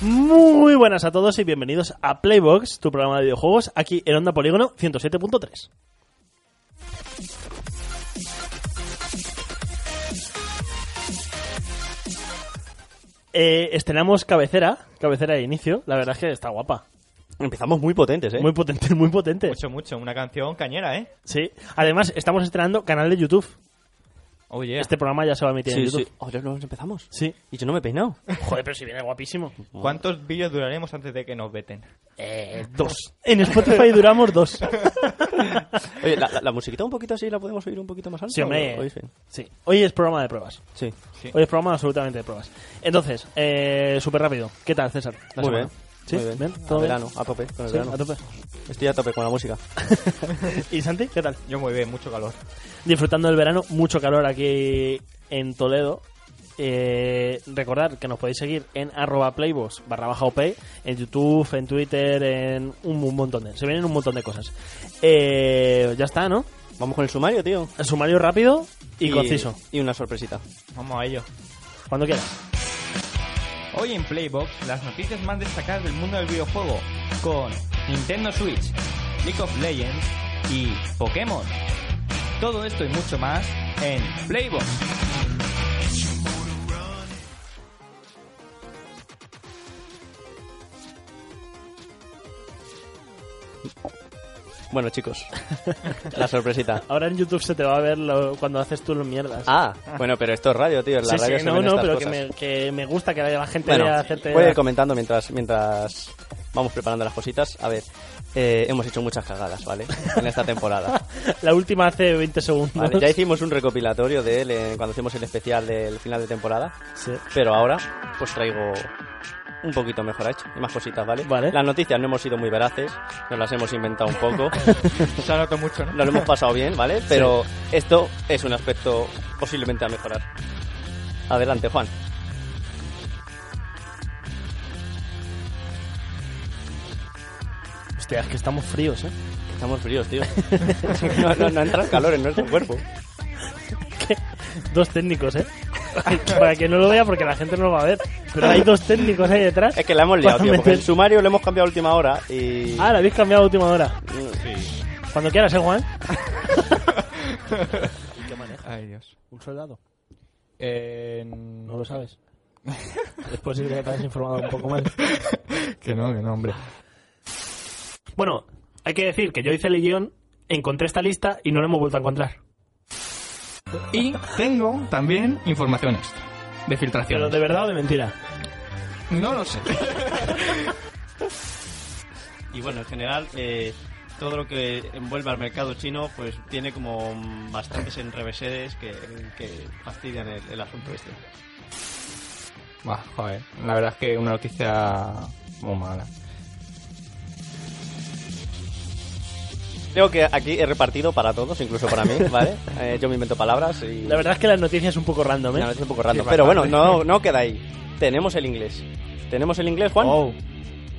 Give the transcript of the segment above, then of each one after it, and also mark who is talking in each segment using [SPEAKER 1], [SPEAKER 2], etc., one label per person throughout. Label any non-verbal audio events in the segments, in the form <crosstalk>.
[SPEAKER 1] Muy buenas a todos y bienvenidos a Playbox, tu programa de videojuegos, aquí en Onda Polígono 107.3. Eh, estrenamos cabecera, cabecera de inicio, la verdad es que está guapa.
[SPEAKER 2] Empezamos muy potentes, ¿eh?
[SPEAKER 1] Muy potente, muy potente.
[SPEAKER 3] Mucho, mucho. Una canción cañera, ¿eh?
[SPEAKER 1] Sí. Además, estamos estrenando canal de YouTube.
[SPEAKER 3] Oye,
[SPEAKER 1] Este programa ya se va a emitir en
[SPEAKER 2] sí,
[SPEAKER 1] YouTube.
[SPEAKER 2] sí. Oh, ya nos empezamos.
[SPEAKER 1] Sí.
[SPEAKER 2] Y yo no me he peinado.
[SPEAKER 1] Joder, pero si viene guapísimo.
[SPEAKER 3] ¿cuántos vídeos duraremos antes de que nos veten?
[SPEAKER 1] Eh, dos. En Spotify duramos <laughs> dos.
[SPEAKER 2] Oye, la, la- la musiquita un poquito así la podemos oír un poquito más alta.
[SPEAKER 1] Sí, hombre.
[SPEAKER 2] ¿O- oís bien?
[SPEAKER 1] Sí. Hoy es programa de pruebas.
[SPEAKER 2] Sí.
[SPEAKER 3] Sí.
[SPEAKER 1] Hoy es programa absolutamente de pruebas. Entonces, eh, súper rápido. ¿Qué tal, César? La
[SPEAKER 2] Muy
[SPEAKER 1] semana.
[SPEAKER 2] bien.
[SPEAKER 1] ¿Sí?
[SPEAKER 2] Muy bien.
[SPEAKER 1] ¿Todo
[SPEAKER 2] a
[SPEAKER 1] bien?
[SPEAKER 2] verano, a tope. con el
[SPEAKER 1] Sí,
[SPEAKER 2] verano.
[SPEAKER 1] a tope.
[SPEAKER 2] Estoy a tope con la música.
[SPEAKER 1] ¿Y Santi, qué tal?
[SPEAKER 3] Yo muy bien, mucho calor.
[SPEAKER 1] Disfrutando del verano, mucho calor aquí en Toledo. Eh, recordad que nos podéis seguir en arroba playbox barra baja op en YouTube, en Twitter, en un, un montón de... Se vienen un montón de cosas. Eh, ya está, ¿no?
[SPEAKER 2] Vamos con el sumario, tío.
[SPEAKER 1] El sumario rápido y, conciso.
[SPEAKER 2] Y una sorpresita.
[SPEAKER 3] Vamos a ello.
[SPEAKER 1] Cuando quieras.
[SPEAKER 3] Hoy en Playbox, las noticias más destacadas del mundo del videojuego con Nintendo Switch, League of Legends y Pokémon. Todo esto y mucho más en Playbox.
[SPEAKER 2] Bueno,
[SPEAKER 1] <laughs>
[SPEAKER 2] chicos. la sorpresita.
[SPEAKER 1] Ahora en YouTube se te va a ver lo- cuando haces tú los mierdas.
[SPEAKER 2] Ah, bueno, pero esto es radio, tío. En la
[SPEAKER 1] sí,
[SPEAKER 2] radio
[SPEAKER 1] sí,
[SPEAKER 2] se
[SPEAKER 1] no,
[SPEAKER 2] ven
[SPEAKER 1] no,
[SPEAKER 2] estas
[SPEAKER 1] pero que
[SPEAKER 2] cosas.
[SPEAKER 1] me, que me gusta que la gente vea hacerte...
[SPEAKER 2] Bueno, voy a ir comentando mientras, mientras vamos preparando las cositas. A ver, eh, hemos hecho muchas cagadas, ¿vale? En esta temporada.
[SPEAKER 1] La última hace 20 segundos.
[SPEAKER 2] Vale, ya hicimos un recopilatorio de él eh, cuando hicimos el especial del final de temporada.
[SPEAKER 1] Sí.
[SPEAKER 2] Pero ahora, pues traigo un poquito mejor hecho y más cositas, ¿vale?
[SPEAKER 1] Vale.
[SPEAKER 2] Las noticias no hemos sido muy veraces, nos las hemos inventado un poco, <laughs>
[SPEAKER 3] Se ha roto mucho, ¿no?
[SPEAKER 2] nos lo hemos pasado bien, ¿vale? Pero esto es un aspecto posiblemente a mejorar. Adelante, Juan.
[SPEAKER 1] Hostia, es que estamos fríos, ¿eh?
[SPEAKER 2] Estamos fríos, tío. <laughs> No, no, no entra el calor en nuestro cuerpo.
[SPEAKER 1] Dos técnicos, ¿eh? <laughs> Para que no lo vea porque la gente no lo va a ver. Pero hay dos técnicos ahí detrás.
[SPEAKER 2] Es que la hemos liado, tío, porque el
[SPEAKER 1] Meter-
[SPEAKER 2] sumario lo hemos cambiado a última hora y...
[SPEAKER 1] Ah, la habéis cambiado a última hora.
[SPEAKER 3] Sí.
[SPEAKER 1] Cuando quieras, ¿eh, Juan?
[SPEAKER 3] Ay, Dios.
[SPEAKER 1] Un soldado.
[SPEAKER 3] Eh,
[SPEAKER 1] No lo <laughs> sabes. Es posible que te hayas informado un poco más.
[SPEAKER 3] Que no, que no, hombre.
[SPEAKER 1] Bueno, hay que decir que yo hice el guión, encontré esta lista y no la hemos vuelto a encontrar.
[SPEAKER 3] Y tengo también información extra de
[SPEAKER 1] Pero
[SPEAKER 3] filtraciones.
[SPEAKER 1] de verdad o de mentira.
[SPEAKER 3] No lo sé.
[SPEAKER 2] Y bueno, en general, eh, todo lo que envuelve al mercado chino, pues tiene como bastantes enrevesedes que, que fastidian el, el asunto este.
[SPEAKER 3] Bah, joder. La verdad es que una noticia muy mala.
[SPEAKER 2] Creo que aquí he repartido para todos, incluso para mí, <laughs> ¿vale? Eh, yo me invento palabras y...
[SPEAKER 1] La verdad es que las noticias un poco random,
[SPEAKER 2] La
[SPEAKER 1] ¿eh?
[SPEAKER 2] verdad es un poco random.
[SPEAKER 3] Sí,
[SPEAKER 2] pero bueno,
[SPEAKER 3] bastante.
[SPEAKER 2] no, no queda ahí. Tenemos el inglés. ¿Tenemos el inglés, Juan?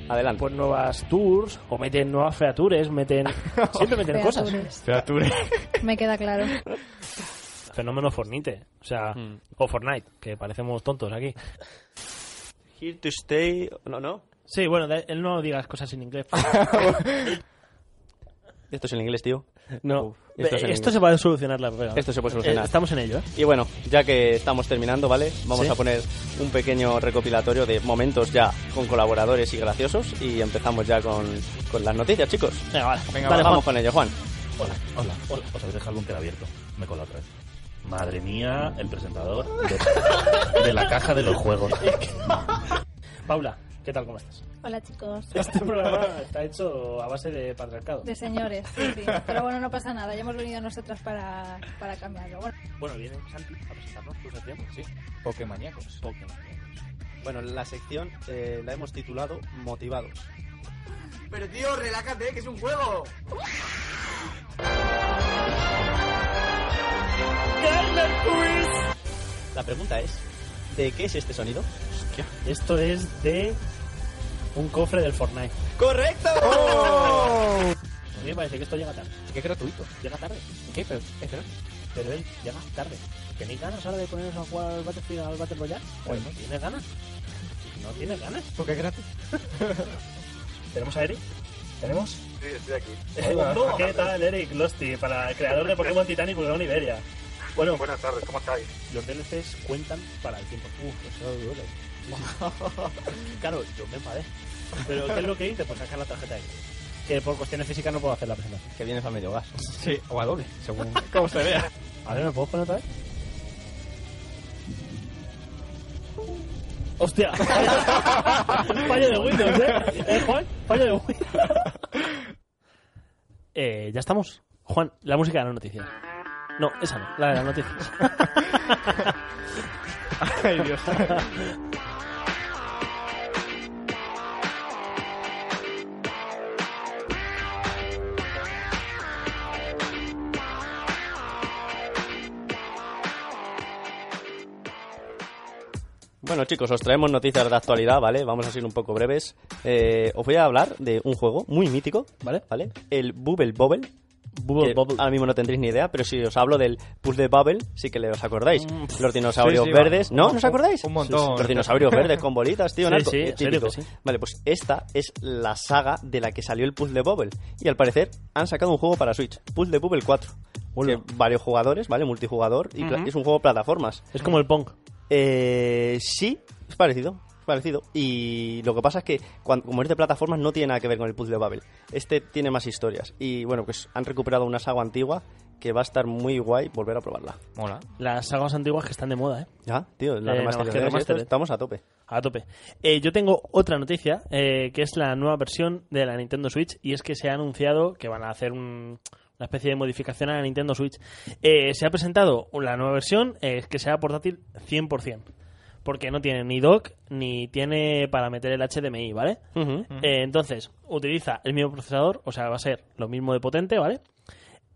[SPEAKER 2] Adelante.
[SPEAKER 1] Pues nuevas tours, o meten nuevas features, <laughs> meten... Siempre meten cosas.
[SPEAKER 4] Features.
[SPEAKER 3] Feature.
[SPEAKER 4] Me queda claro.
[SPEAKER 1] Fenómeno Fortnite, o sea,
[SPEAKER 2] Mm.
[SPEAKER 1] o Fortnite, que parecemos tontos aquí.
[SPEAKER 2] Here to stay... No, no.
[SPEAKER 1] Sí, bueno, da- él no digas cosas en inglés.
[SPEAKER 2] Esto es el inglés, tío.
[SPEAKER 1] <laughs> No,
[SPEAKER 2] Uf,
[SPEAKER 1] esto,
[SPEAKER 2] esto es en
[SPEAKER 1] se
[SPEAKER 2] inglés.
[SPEAKER 1] va a solucionar la prueba.
[SPEAKER 2] Esto se puede solucionar.
[SPEAKER 1] estamos en ello, ¿eh?
[SPEAKER 2] Y bueno, ya que estamos terminando, ¿vale? Vamos
[SPEAKER 1] Sí.
[SPEAKER 2] a poner un pequeño recopilatorio de momentos ya con colaboradores y graciosos y empezamos ya con, con las noticias, chicos.
[SPEAKER 1] Venga, vale.
[SPEAKER 3] Venga,
[SPEAKER 1] Vale,
[SPEAKER 2] vamos
[SPEAKER 1] Juan.
[SPEAKER 2] con ello, Juan.
[SPEAKER 5] Hola, hola, hola. Os habéis dejado un abierto. Me cola otra vez. Madre mía, el presentador de, de la caja de
[SPEAKER 6] <laughs>
[SPEAKER 5] los juegos.
[SPEAKER 1] Paula, ¿qué tal? ¿Cómo estás?
[SPEAKER 4] Hola chicos.
[SPEAKER 1] <laughs> Este programa está hecho a base de patriarcado.
[SPEAKER 4] De señores, sí, sí. Pero bueno, no pasa nada. Ya hemos venido nosotros para, para cambiarlo. Bueno,
[SPEAKER 1] Bueno, viene Santi a presentarnos tu sección, sí.
[SPEAKER 3] Pokémaníacos.
[SPEAKER 2] Bueno, la sección eh, la hemos titulado Motivados.
[SPEAKER 7] Pero tío, relájate, que es un juego.
[SPEAKER 2] La pregunta es, ¿de qué es este sonido?
[SPEAKER 1] Esto es de un cofre del Fortnite.
[SPEAKER 2] ¡Correcto!
[SPEAKER 7] ¡Oh!
[SPEAKER 1] A mí me parece que esto llega tarde.
[SPEAKER 3] Que es gratuito.
[SPEAKER 1] Llega tarde.
[SPEAKER 3] ¿Qué? Pero, espera.
[SPEAKER 1] Pero él llega
[SPEAKER 5] Pues
[SPEAKER 1] tarde. ¿Tenéis ganas ahora de ponernos a jugar al Battlefield, al Battle Royale?
[SPEAKER 3] Bueno.
[SPEAKER 1] ¿Tienes ganas?
[SPEAKER 5] ¿No tienes ganas?
[SPEAKER 8] Porque es gratis.
[SPEAKER 5] <laughs> ¿Tenemos a Eric? ¿Tenemos?
[SPEAKER 6] Sí, estoy aquí.
[SPEAKER 5] Hola, <laughs> ¿Qué tal, Eric Losty? Para el creador de Pokémon Titanic y Pokémon Iberia. Bueno,
[SPEAKER 6] Buenas tardes, ¿cómo estáis?
[SPEAKER 5] los DLCs cuentan para el tiempo. Uf, eso duele. claro, yo me enfadé. Pero ¿qué es lo que hice? Pues sacar la tarjeta de crédito. Que por cuestiones físicas no puedo hacer la presentación.
[SPEAKER 3] Que vienes a medio gas. Sí, o a doble, <laughs> según cómo se vea.
[SPEAKER 5] A ver, ¿me puedo poner otra vez? ¡Hostia! fallo de Windows, ¿eh? ¿Eh, Juan? Fallo de Windows.
[SPEAKER 1] Eh, ya estamos. Juan, la música de la noticia. No, esa no, la de las noticias.
[SPEAKER 3] Ay, Dios.
[SPEAKER 2] Bueno chicos, os traemos noticias de actualidad, ¿vale? Vamos a ser un poco breves. Eh, os voy a hablar de un juego muy mítico, ¿vale? ¿Vale? El Bubble Bobble.
[SPEAKER 1] Bubble
[SPEAKER 2] que
[SPEAKER 1] Bobble.
[SPEAKER 2] Ahora mismo no tendréis ni idea, pero si os hablo del Puzzle Bubble, sí que le os acordáis. Los dinosaurios
[SPEAKER 3] Sí, sí,
[SPEAKER 2] verdes.
[SPEAKER 3] vamos.
[SPEAKER 2] ¿No? ¿No os acordáis?
[SPEAKER 3] Un montón.
[SPEAKER 2] Los dinosaurios verdes con bolitas,
[SPEAKER 1] Sí,
[SPEAKER 2] tío. en algo.
[SPEAKER 1] sí,
[SPEAKER 2] Eh,
[SPEAKER 1] en serio
[SPEAKER 2] típico.
[SPEAKER 1] que sí.
[SPEAKER 2] Vale, pues esta es la saga de la que salió el Puzzle Bubble. Y al parecer han sacado un juego para Switch, Puzzle Bubble 4. Que varios jugadores, ¿vale? Multijugador. Y pla- es un juego de plataformas.
[SPEAKER 1] Es como el Pong.
[SPEAKER 2] Eh, sí, es parecido. es Parecido. Y lo que pasa es que, cuan- como es de plataformas, no tiene nada que ver con el puzzle Babel. Este tiene más historias. Y bueno, pues han recuperado una saga antigua que va a estar muy guay volver a probarla.
[SPEAKER 3] Mola.
[SPEAKER 1] Las sagas antiguas que están de moda, ¿eh?
[SPEAKER 2] Ya, tío, la
[SPEAKER 1] Eh, nada más que
[SPEAKER 2] remasterización.
[SPEAKER 1] remaster, eh.
[SPEAKER 2] Estamos a tope.
[SPEAKER 1] A tope. Eh, yo tengo otra noticia, eh, que es la nueva versión de la Nintendo Switch, y es que se ha anunciado que van a hacer un- una especie de modificación a la Nintendo Switch. Eh, se ha presentado la nueva versión, eh, que sea portátil 100%, porque no tiene ni dock, ni tiene para meter el HDMI, ¿vale? Eh, entonces, utiliza el mismo procesador, o sea, va a ser lo mismo de potente, ¿vale?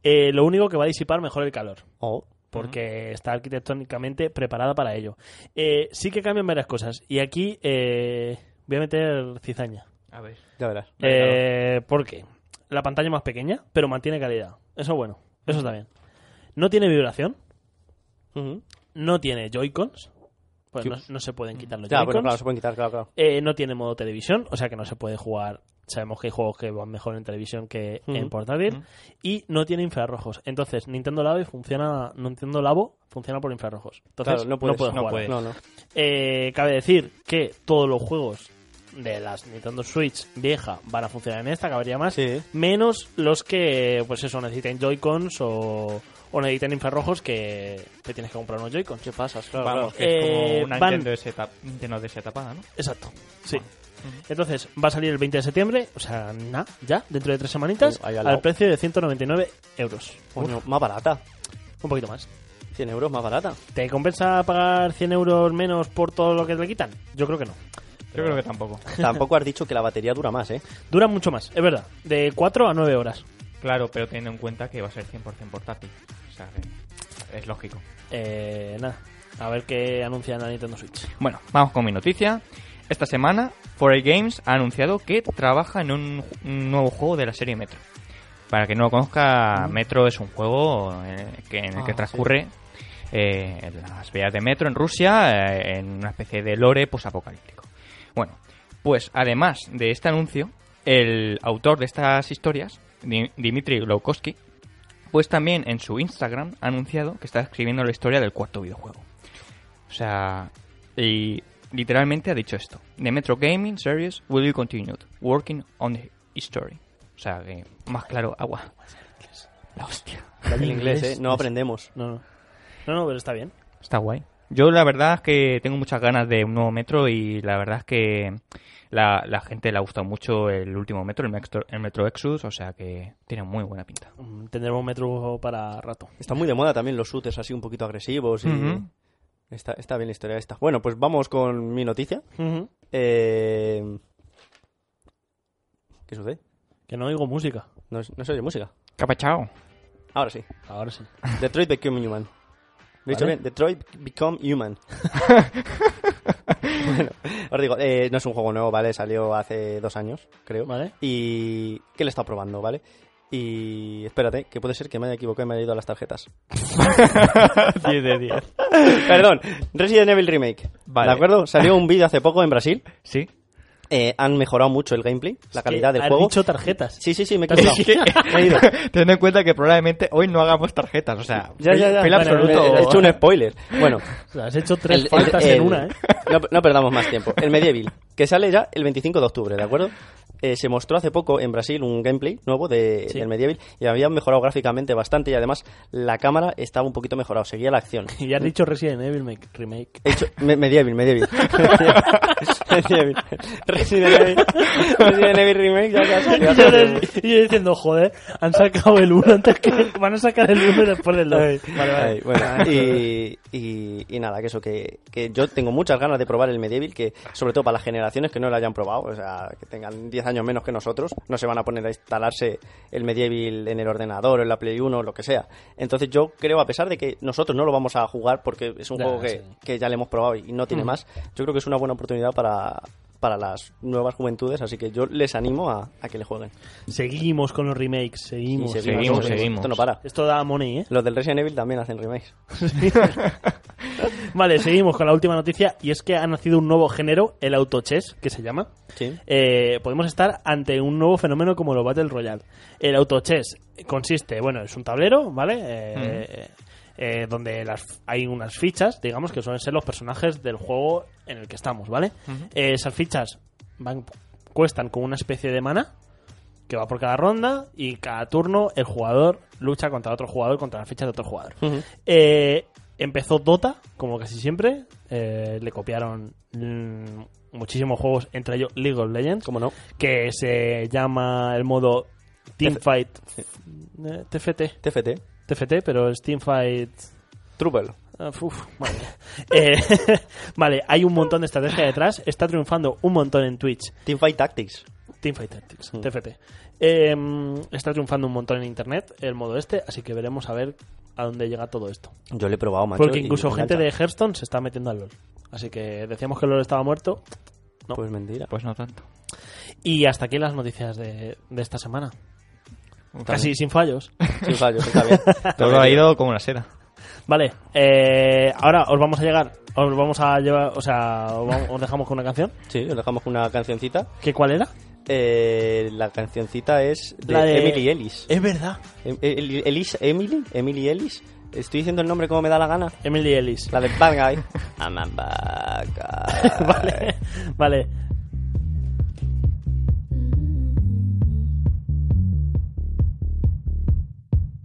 [SPEAKER 1] Eh, lo único que va a disipar mejor el calor
[SPEAKER 2] Oh,
[SPEAKER 1] porque está arquitectónicamente preparada para ello. Eh, sí que cambian varias cosas y aquí eh, voy a meter cizaña.
[SPEAKER 3] A ver.
[SPEAKER 2] ya verás.
[SPEAKER 1] Eh, porque la pantalla es más pequeña, pero mantiene calidad. Eso bueno, eso está bien. No tiene vibración,
[SPEAKER 2] Ujú.
[SPEAKER 1] no tiene Joy-Cons, pues no, no se pueden quitar los
[SPEAKER 2] Ya, bueno,
[SPEAKER 1] Joy-Cons.
[SPEAKER 2] claro, se pueden quitar, claro, claro.
[SPEAKER 1] Eh, no tiene modo televisión, o sea que no se puede jugar. Sabemos que hay juegos que van mejor en televisión que en
[SPEAKER 2] Ujú,
[SPEAKER 1] portátil. Y no tiene infrarrojos. Entonces, Nintendo Labo funciona. Nintendo Labo funciona por infrarrojos. Entonces,
[SPEAKER 2] Claro, no
[SPEAKER 1] no
[SPEAKER 2] puedes,
[SPEAKER 1] puedes
[SPEAKER 2] no
[SPEAKER 1] jugar.
[SPEAKER 2] puedes. No, no.
[SPEAKER 1] Eh, cabe decir que todos los juegos de las Nintendo Switch vieja van a funcionar en esta, cabría más.
[SPEAKER 2] Sí.
[SPEAKER 1] Menos los que, pues eso, necesiten Joy-Cons o, o necesiten infrarrojos que, que tienes que comprar unos Joy-Cons.
[SPEAKER 2] ¿Qué pasas? Claro,
[SPEAKER 3] Vamos,
[SPEAKER 2] claro.
[SPEAKER 3] que es como
[SPEAKER 1] Eh,
[SPEAKER 3] una
[SPEAKER 1] van-
[SPEAKER 3] Nintendo de esa etapa, Nintendo de esa etapa, ¿no?
[SPEAKER 1] Exacto, sí. Entonces, va a salir el 20 de septiembre, o sea, na, ya, dentro de tres semanitas,
[SPEAKER 2] Uh, ahí al
[SPEAKER 1] al
[SPEAKER 2] lado.
[SPEAKER 1] precio de 199 euros.
[SPEAKER 2] Coño, más barata.
[SPEAKER 1] Un poquito más.
[SPEAKER 2] 100 euros
[SPEAKER 1] <laughs>
[SPEAKER 2] más barata.
[SPEAKER 1] ¿Te compensa pagar 100 euros menos por todo lo que te le quitan? Yo creo que no.
[SPEAKER 3] Yo creo que tampoco.
[SPEAKER 2] Tampoco has dicho que la batería dura más, ¿eh?
[SPEAKER 1] Dura mucho más, es verdad. De 4 a 9 horas.
[SPEAKER 3] Claro, pero teniendo en cuenta que va a ser 100% portátil. O sea, que es lógico.
[SPEAKER 1] Eh, nada. A ver qué anuncian la Nintendo Switch.
[SPEAKER 3] Bueno, vamos con mi noticia. Esta semana, 4A Games ha anunciado que trabaja en un, un nuevo juego de la serie Metro. Para que no lo conozca, Metro es un juego eh, que- en el que
[SPEAKER 2] Ah,
[SPEAKER 3] transcurre eh, en las vías de Metro en Rusia eh, en una especie de lore posapocalíptico. Bueno, pues además de este anuncio, el autor de estas historias, Di- Dmitry Glowkowski, pues también en su Instagram ha anunciado que está escribiendo la historia del cuarto videojuego. O sea, y literalmente ha dicho esto. The Metro Gaming Series will be continued, working on the history. O sea, que más claro, agua. La hostia.
[SPEAKER 2] El inglés, ¿eh?
[SPEAKER 1] Pues
[SPEAKER 2] No aprendemos.
[SPEAKER 1] No, no. No, no, pero está bien.
[SPEAKER 3] Está guay. Yo la verdad es que tengo muchas ganas de un nuevo metro y la verdad es que la, la gente le ha gustado mucho el último metro, el metro, el metro Exodus, o sea que tiene muy buena pinta.
[SPEAKER 1] Mm, Tendremos metro para rato.
[SPEAKER 2] Está muy de moda también los shooters así un poquito agresivos y...
[SPEAKER 3] Ujú.
[SPEAKER 2] Está, está bien la historia esta. Bueno, pues vamos con mi noticia. Eh, ¿Qué sucede?
[SPEAKER 1] Que no oigo música.
[SPEAKER 2] No, es- no se oye música.
[SPEAKER 3] <laughs> Capachao.
[SPEAKER 2] Ahora sí.
[SPEAKER 1] Ahora sí.
[SPEAKER 2] Detroit Become Human. ¿Lo he dicho
[SPEAKER 1] Vale.
[SPEAKER 2] bien? Detroit Become Human. bueno, os digo, eh, no es un juego nuevo, ¿vale? Salió hace dos años, creo.
[SPEAKER 1] Vale.
[SPEAKER 2] Y que le está probando, ¿vale? Y espérate, que puede ser que me haya equivocado y me haya ido a las tarjetas.
[SPEAKER 3] 10 de 10.
[SPEAKER 2] Perdón, Resident Evil Remake.
[SPEAKER 3] Vale.
[SPEAKER 2] ¿De acuerdo? Salió un vídeo hace poco en Brasil.
[SPEAKER 3] ¿Sí?
[SPEAKER 2] Eh, han mejorado mucho el gameplay, la calidad del
[SPEAKER 1] has
[SPEAKER 2] juego.
[SPEAKER 1] dicho tarjetas.
[SPEAKER 2] Sí,
[SPEAKER 1] <laughs>
[SPEAKER 2] sí, sí, me he
[SPEAKER 1] También
[SPEAKER 2] equivocado. <laughs> Me he ido.
[SPEAKER 3] Teniendo en cuenta que probablemente hoy no hagamos tarjetas, o sea,
[SPEAKER 2] Ya, ya, ya.
[SPEAKER 3] fail
[SPEAKER 1] Bueno,
[SPEAKER 3] absoluto.
[SPEAKER 2] He hecho un spoiler. Bueno,
[SPEAKER 1] O sea, has hecho tres
[SPEAKER 2] El- el-
[SPEAKER 1] faltas en
[SPEAKER 2] el-
[SPEAKER 1] una, ¿eh?
[SPEAKER 2] No, no perdamos más tiempo. El Medieval, que sale ya el 25 de octubre, ¿de acuerdo? Eh, se mostró hace poco en Brasil un gameplay nuevo de,
[SPEAKER 1] Sí.
[SPEAKER 2] del Medieval y habían mejorado gráficamente bastante y además la cámara estaba un poquito mejorada, seguía la acción.
[SPEAKER 1] <laughs> Y has dicho Resident Evil make-
[SPEAKER 2] <laughs>
[SPEAKER 1] Remake.
[SPEAKER 2] He hecho- me- medieval, <laughs> medieval. medieval. Resident Evil. Resident Evil Remake ya que ha
[SPEAKER 1] Y
[SPEAKER 2] salido.
[SPEAKER 1] yo, les- <laughs> y yo diciendo, joder, han sacado el 1 antes que... <laughs> Van a sacar el 1 y después el 2.
[SPEAKER 2] Ay, bueno, y, y- y nada, que eso, que, que yo tengo muchas ganas de probar el Medieval, que sobre todo para las generaciones que no lo hayan probado, o sea, que tengan 10 años menos que nosotros, no se van a poner a instalarse el Medieval en el ordenador, en la Play 1, o lo que sea. Entonces yo creo, a pesar de que nosotros no lo vamos a jugar porque es un
[SPEAKER 1] Ya,
[SPEAKER 2] juego que,
[SPEAKER 1] sí.
[SPEAKER 2] que ya le hemos probado y no tiene más, yo creo que es una buena oportunidad para, para las nuevas juventudes, así que yo les animo a, a que le jueguen.
[SPEAKER 1] Seguimos con los remakes, seguimos.
[SPEAKER 2] Y
[SPEAKER 3] seguimos, seguimos.
[SPEAKER 2] Esto no para.
[SPEAKER 1] Esto da money, ¿eh?
[SPEAKER 2] Los del Resident Evil también hacen remakes.
[SPEAKER 1] Vale, seguimos con la última noticia y es que ha nacido un nuevo género, el autochess, que se llama.
[SPEAKER 2] Sí.
[SPEAKER 1] Eh, podemos estar ante un nuevo fenómeno como los Battle Royale. El autochess consiste, bueno, es un tablero, ¿vale? Eh, eh, donde las, hay unas fichas, digamos, que suelen ser los personajes del juego en el que estamos, ¿vale? Eh, esas fichas van, cuestan como una especie de mana que va por cada ronda y cada turno el jugador lucha contra otro jugador, contra las fichas de otro jugador. Eh, empezó Dota, como casi siempre. Eh, le copiaron mm, muchísimos juegos, entre ellos League of Legends,
[SPEAKER 2] ¿Cómo no?
[SPEAKER 1] que se llama el modo Teamfight eh, TFT,
[SPEAKER 2] TFT.
[SPEAKER 1] TFT, pero es Teamfight...
[SPEAKER 2] Trouble.
[SPEAKER 1] ah, uf, madre mía. Eh, <laughs> vale, hay un montón de estrategia detrás. Está triunfando un montón en Twitch.
[SPEAKER 2] Teamfight Tactics.
[SPEAKER 1] Teamfight Tactics, TFT. Eh, está triunfando un montón en internet el modo este, así que veremos a ver a dónde llega todo esto.
[SPEAKER 2] Yo le he probado, macho.
[SPEAKER 1] Porque
[SPEAKER 2] y
[SPEAKER 1] incluso
[SPEAKER 2] me
[SPEAKER 1] gente de
[SPEAKER 2] engancha.
[SPEAKER 1] Hearthstone se está metiendo al LoL. Así que decíamos que el LoL estaba muerto. no.
[SPEAKER 2] Pues mentira. <laughs>
[SPEAKER 3] Pues no tanto.
[SPEAKER 1] Y hasta aquí las noticias de, de esta semana. Casi sin fallos. <laughs>
[SPEAKER 2] Sin fallos, está <laughs> bien.
[SPEAKER 3] Todo ha ido como una seda.
[SPEAKER 1] Vale, eh, ahora os vamos a llegar. Os vamos a llevar. O sea, os vamos- os dejamos con una canción.
[SPEAKER 2] Sí, os dejamos con una cancioncita.
[SPEAKER 1] ¿Qué cuál era?
[SPEAKER 2] Eh, la cancioncita es de,
[SPEAKER 1] La de-
[SPEAKER 2] Emily Ellis.
[SPEAKER 1] Es verdad.
[SPEAKER 2] Em- el- Elis- ¿Emily? ¿Emily Ellis? Estoy diciendo el nombre como me da la gana.
[SPEAKER 1] Emily <laughs> Ellis.
[SPEAKER 2] La de Bad <laughs> Guy. I'm a bad guy.
[SPEAKER 1] vale, vale.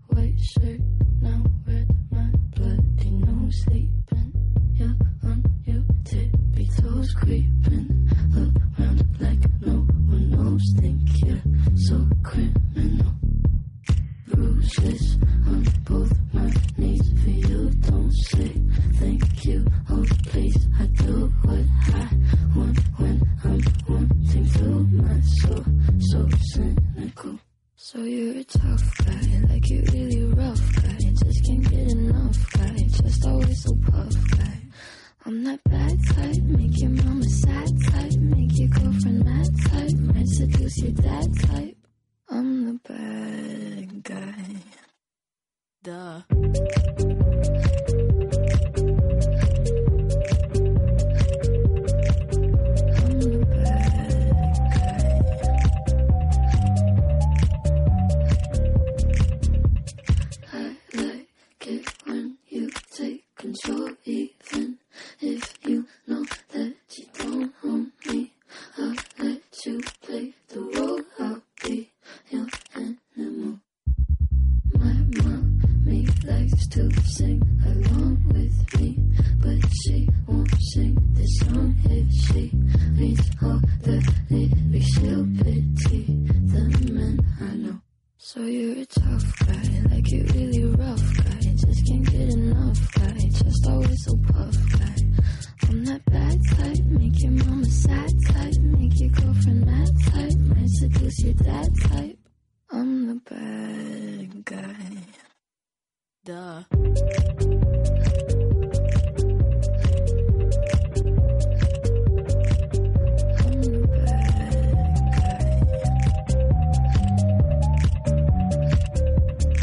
[SPEAKER 8] White shirt now red, my bloody nose sleeping. You're on your tippy toes creeping around like no one knows. Think you're so criminal. Bruises on both my knees for you. Don't say thank you. Oh, please, I do what I want when I'm wanting to. My soul, so cynical. So you're a tough guy, like you really rough guy. Just can't get enough guy, just always so puff guy. I'm that bad type, make your mama sad type, make your girlfriend mad type, might seduce your dad type. I'm the bad guy. Duh. I'm the bad guy. I like it when you take control, even if you know that you don't own me. I'll let you play the role, I'll be your animal. My mommy likes to sing along with me, but she won't sing this song if she reads all the lyrics. She'll pity the men I know. So you're a tough guy, like you really rough guy. Just can't get enough guy, just always so puff guy. I'm that bad type, make your mama sad type, make your girlfriend mad type, might seduce your dad type. I'm the bad guy. Duh. I'm the bad guy.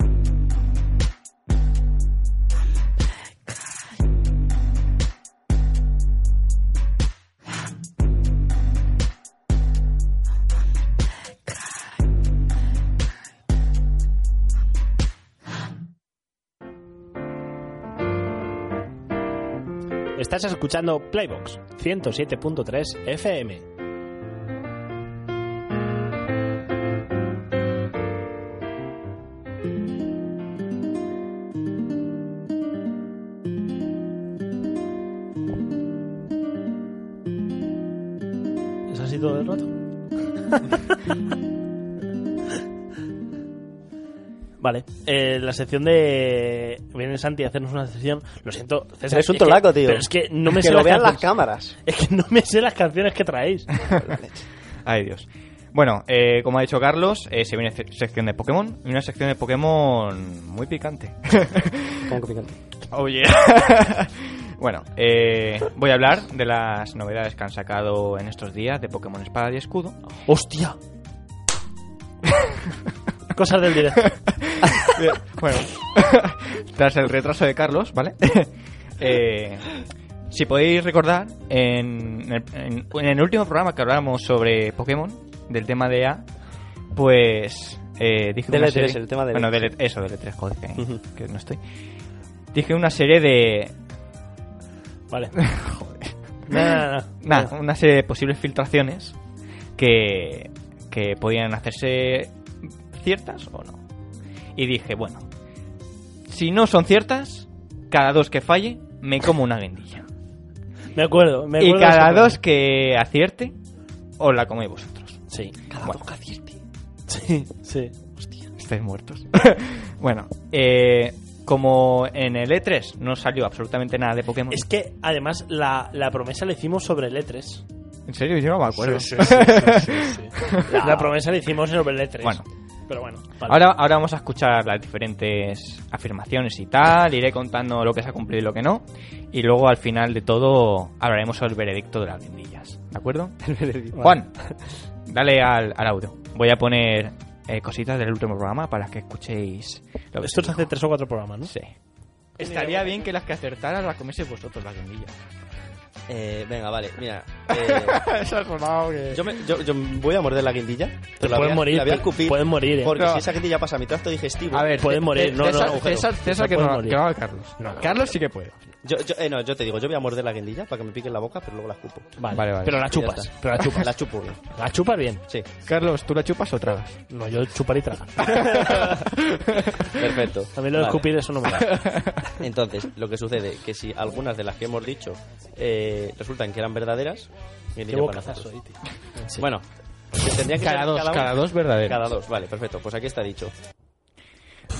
[SPEAKER 8] I'm a bad guy.
[SPEAKER 5] Estás escuchando Playbox 107.3 FM.
[SPEAKER 1] ¿Es así todo el
[SPEAKER 2] <laughs>
[SPEAKER 1] rato? vale, eh, la sección de... Viene Santi a hacernos una sección. Lo siento, César.
[SPEAKER 2] Eres un
[SPEAKER 1] es
[SPEAKER 2] trolaco,
[SPEAKER 1] que-
[SPEAKER 2] tío.
[SPEAKER 1] Pero es que <laughs> no me
[SPEAKER 2] que
[SPEAKER 1] sé
[SPEAKER 2] lo
[SPEAKER 1] las
[SPEAKER 2] vean las
[SPEAKER 1] canciones. <laughs>
[SPEAKER 2] cámaras.
[SPEAKER 1] Es que no me sé las canciones que
[SPEAKER 2] <laughs>
[SPEAKER 1] traéis.
[SPEAKER 3] Ay, Dios. Bueno, eh, como ha dicho Carlos, eh, se viene ce- sección de Pokémon. Y una sección de Pokémon muy picante.
[SPEAKER 2] Como que picante.
[SPEAKER 3] Oye. <laughs> bueno, eh, voy a hablar de las novedades que han sacado en estos días de Pokémon Espada y Escudo.
[SPEAKER 1] ¡Hostia! Cosas del directo.
[SPEAKER 3] Eh, bueno, <laughs> tras el retraso de Carlos, ¿vale? <laughs> Eh, si podéis recordar, en el, en- en el último programa que hablábamos sobre Pokémon, del tema de A, pues eh, dije
[SPEAKER 2] Del
[SPEAKER 3] una
[SPEAKER 2] E3,
[SPEAKER 3] serie...
[SPEAKER 2] E el tema del
[SPEAKER 3] Bueno,
[SPEAKER 2] E3.
[SPEAKER 3] del E- eso, del E3, joder, que,
[SPEAKER 2] Ujú.
[SPEAKER 3] que no estoy. Dije una serie de...
[SPEAKER 2] <laughs>
[SPEAKER 1] Vale. Nah, nah, nah.
[SPEAKER 3] Nada, una serie de posibles filtraciones que, que podían hacerse ciertas o no. Y dije, bueno, si no son ciertas, cada dos que falle, me como una guindilla.
[SPEAKER 1] Me acuerdo, me
[SPEAKER 3] Y
[SPEAKER 1] acuerdo. de
[SPEAKER 3] cada
[SPEAKER 1] esa
[SPEAKER 3] dos que acierte, os la coméis vosotros.
[SPEAKER 1] película. Sí.
[SPEAKER 2] Cada
[SPEAKER 3] Bueno.
[SPEAKER 2] boca diente. <laughs>
[SPEAKER 1] Sí, sí.
[SPEAKER 3] Estáis muertos. <laughs> bueno, eh, como en el E3 no salió absolutamente nada de Pokémon.
[SPEAKER 1] Es que además la, la promesa la hicimos sobre el E3.
[SPEAKER 3] En serio, yo no me acuerdo.
[SPEAKER 1] La, promesa la hicimos sobre el E3.
[SPEAKER 3] Bueno.
[SPEAKER 1] Pero bueno, vale.
[SPEAKER 3] Ahora, ahora vamos a escuchar las diferentes afirmaciones y tal, iré contando lo que se ha cumplido y lo que no, y luego al final de todo hablaremos sobre el veredicto de las guindillas, ¿de <laughs> acuerdo? Juan, dale al, al audio. Voy a poner eh, cositas del último programa para que escuchéis lo que
[SPEAKER 1] Esto es
[SPEAKER 3] se
[SPEAKER 1] hace
[SPEAKER 3] dijo.
[SPEAKER 1] tres o cuatro programas, ¿no?
[SPEAKER 3] Sí. Estaría bien que las que acertaras las coméis vosotros, las guindillas.
[SPEAKER 2] Eh, venga, vale, <laughs> mira. eh,
[SPEAKER 3] <laughs> Eso ha sonado que...
[SPEAKER 2] yo, me- yo- yo voy a morder la guindilla.
[SPEAKER 1] Te
[SPEAKER 2] la voy
[SPEAKER 1] pueden
[SPEAKER 2] a-
[SPEAKER 1] morir,
[SPEAKER 2] La voy a
[SPEAKER 1] te-
[SPEAKER 2] escupir.
[SPEAKER 1] pueden morir, eh.
[SPEAKER 2] Porque
[SPEAKER 3] No.
[SPEAKER 2] si esa guindilla pasa a mi tracto digestivo.
[SPEAKER 3] A ver,
[SPEAKER 1] Pueden
[SPEAKER 3] Ce-
[SPEAKER 1] morir,
[SPEAKER 3] Ce-
[SPEAKER 1] no, no,
[SPEAKER 3] César,
[SPEAKER 1] agujero.
[SPEAKER 3] César, César,
[SPEAKER 1] No
[SPEAKER 3] que,
[SPEAKER 1] pueden
[SPEAKER 3] no,
[SPEAKER 1] morir.
[SPEAKER 3] que no haga Carlos. Carlos sí que puede.
[SPEAKER 2] Yo, yo- eh, no, yo te digo, yo voy a morder la guindilla para que me pique en la boca, pero luego la escupo.
[SPEAKER 1] Vale,
[SPEAKER 3] Vale, vale.
[SPEAKER 1] Pero la
[SPEAKER 2] Ya
[SPEAKER 1] chupas.
[SPEAKER 2] está.
[SPEAKER 1] Pero
[SPEAKER 2] <laughs>
[SPEAKER 1] la chupas.
[SPEAKER 2] La chupo, bien,
[SPEAKER 1] La chupas bien.
[SPEAKER 2] sí.
[SPEAKER 3] Carlos, ¿tú la chupas o tragas?
[SPEAKER 1] No, yo chupar y
[SPEAKER 3] <laughs>
[SPEAKER 1] tragar.
[SPEAKER 2] Perfecto.
[SPEAKER 1] A mí lo de
[SPEAKER 2] Vale.
[SPEAKER 1] escupir eso no me
[SPEAKER 3] <laughs>
[SPEAKER 1] da.
[SPEAKER 2] Entonces, lo que sucede que si algunas de las que hemos dicho eh, resultan que eran verdaderas,
[SPEAKER 1] Qué
[SPEAKER 2] guindilla para
[SPEAKER 1] bocaza soy,
[SPEAKER 2] nosotros.
[SPEAKER 1] tío.
[SPEAKER 3] ¿eh?
[SPEAKER 2] Bueno, pues tendría que
[SPEAKER 3] Cada
[SPEAKER 2] ser
[SPEAKER 3] dos,
[SPEAKER 2] una-
[SPEAKER 3] cada dos verdaderas.
[SPEAKER 2] Cada dos, vale, perfecto. Pues aquí está dicho.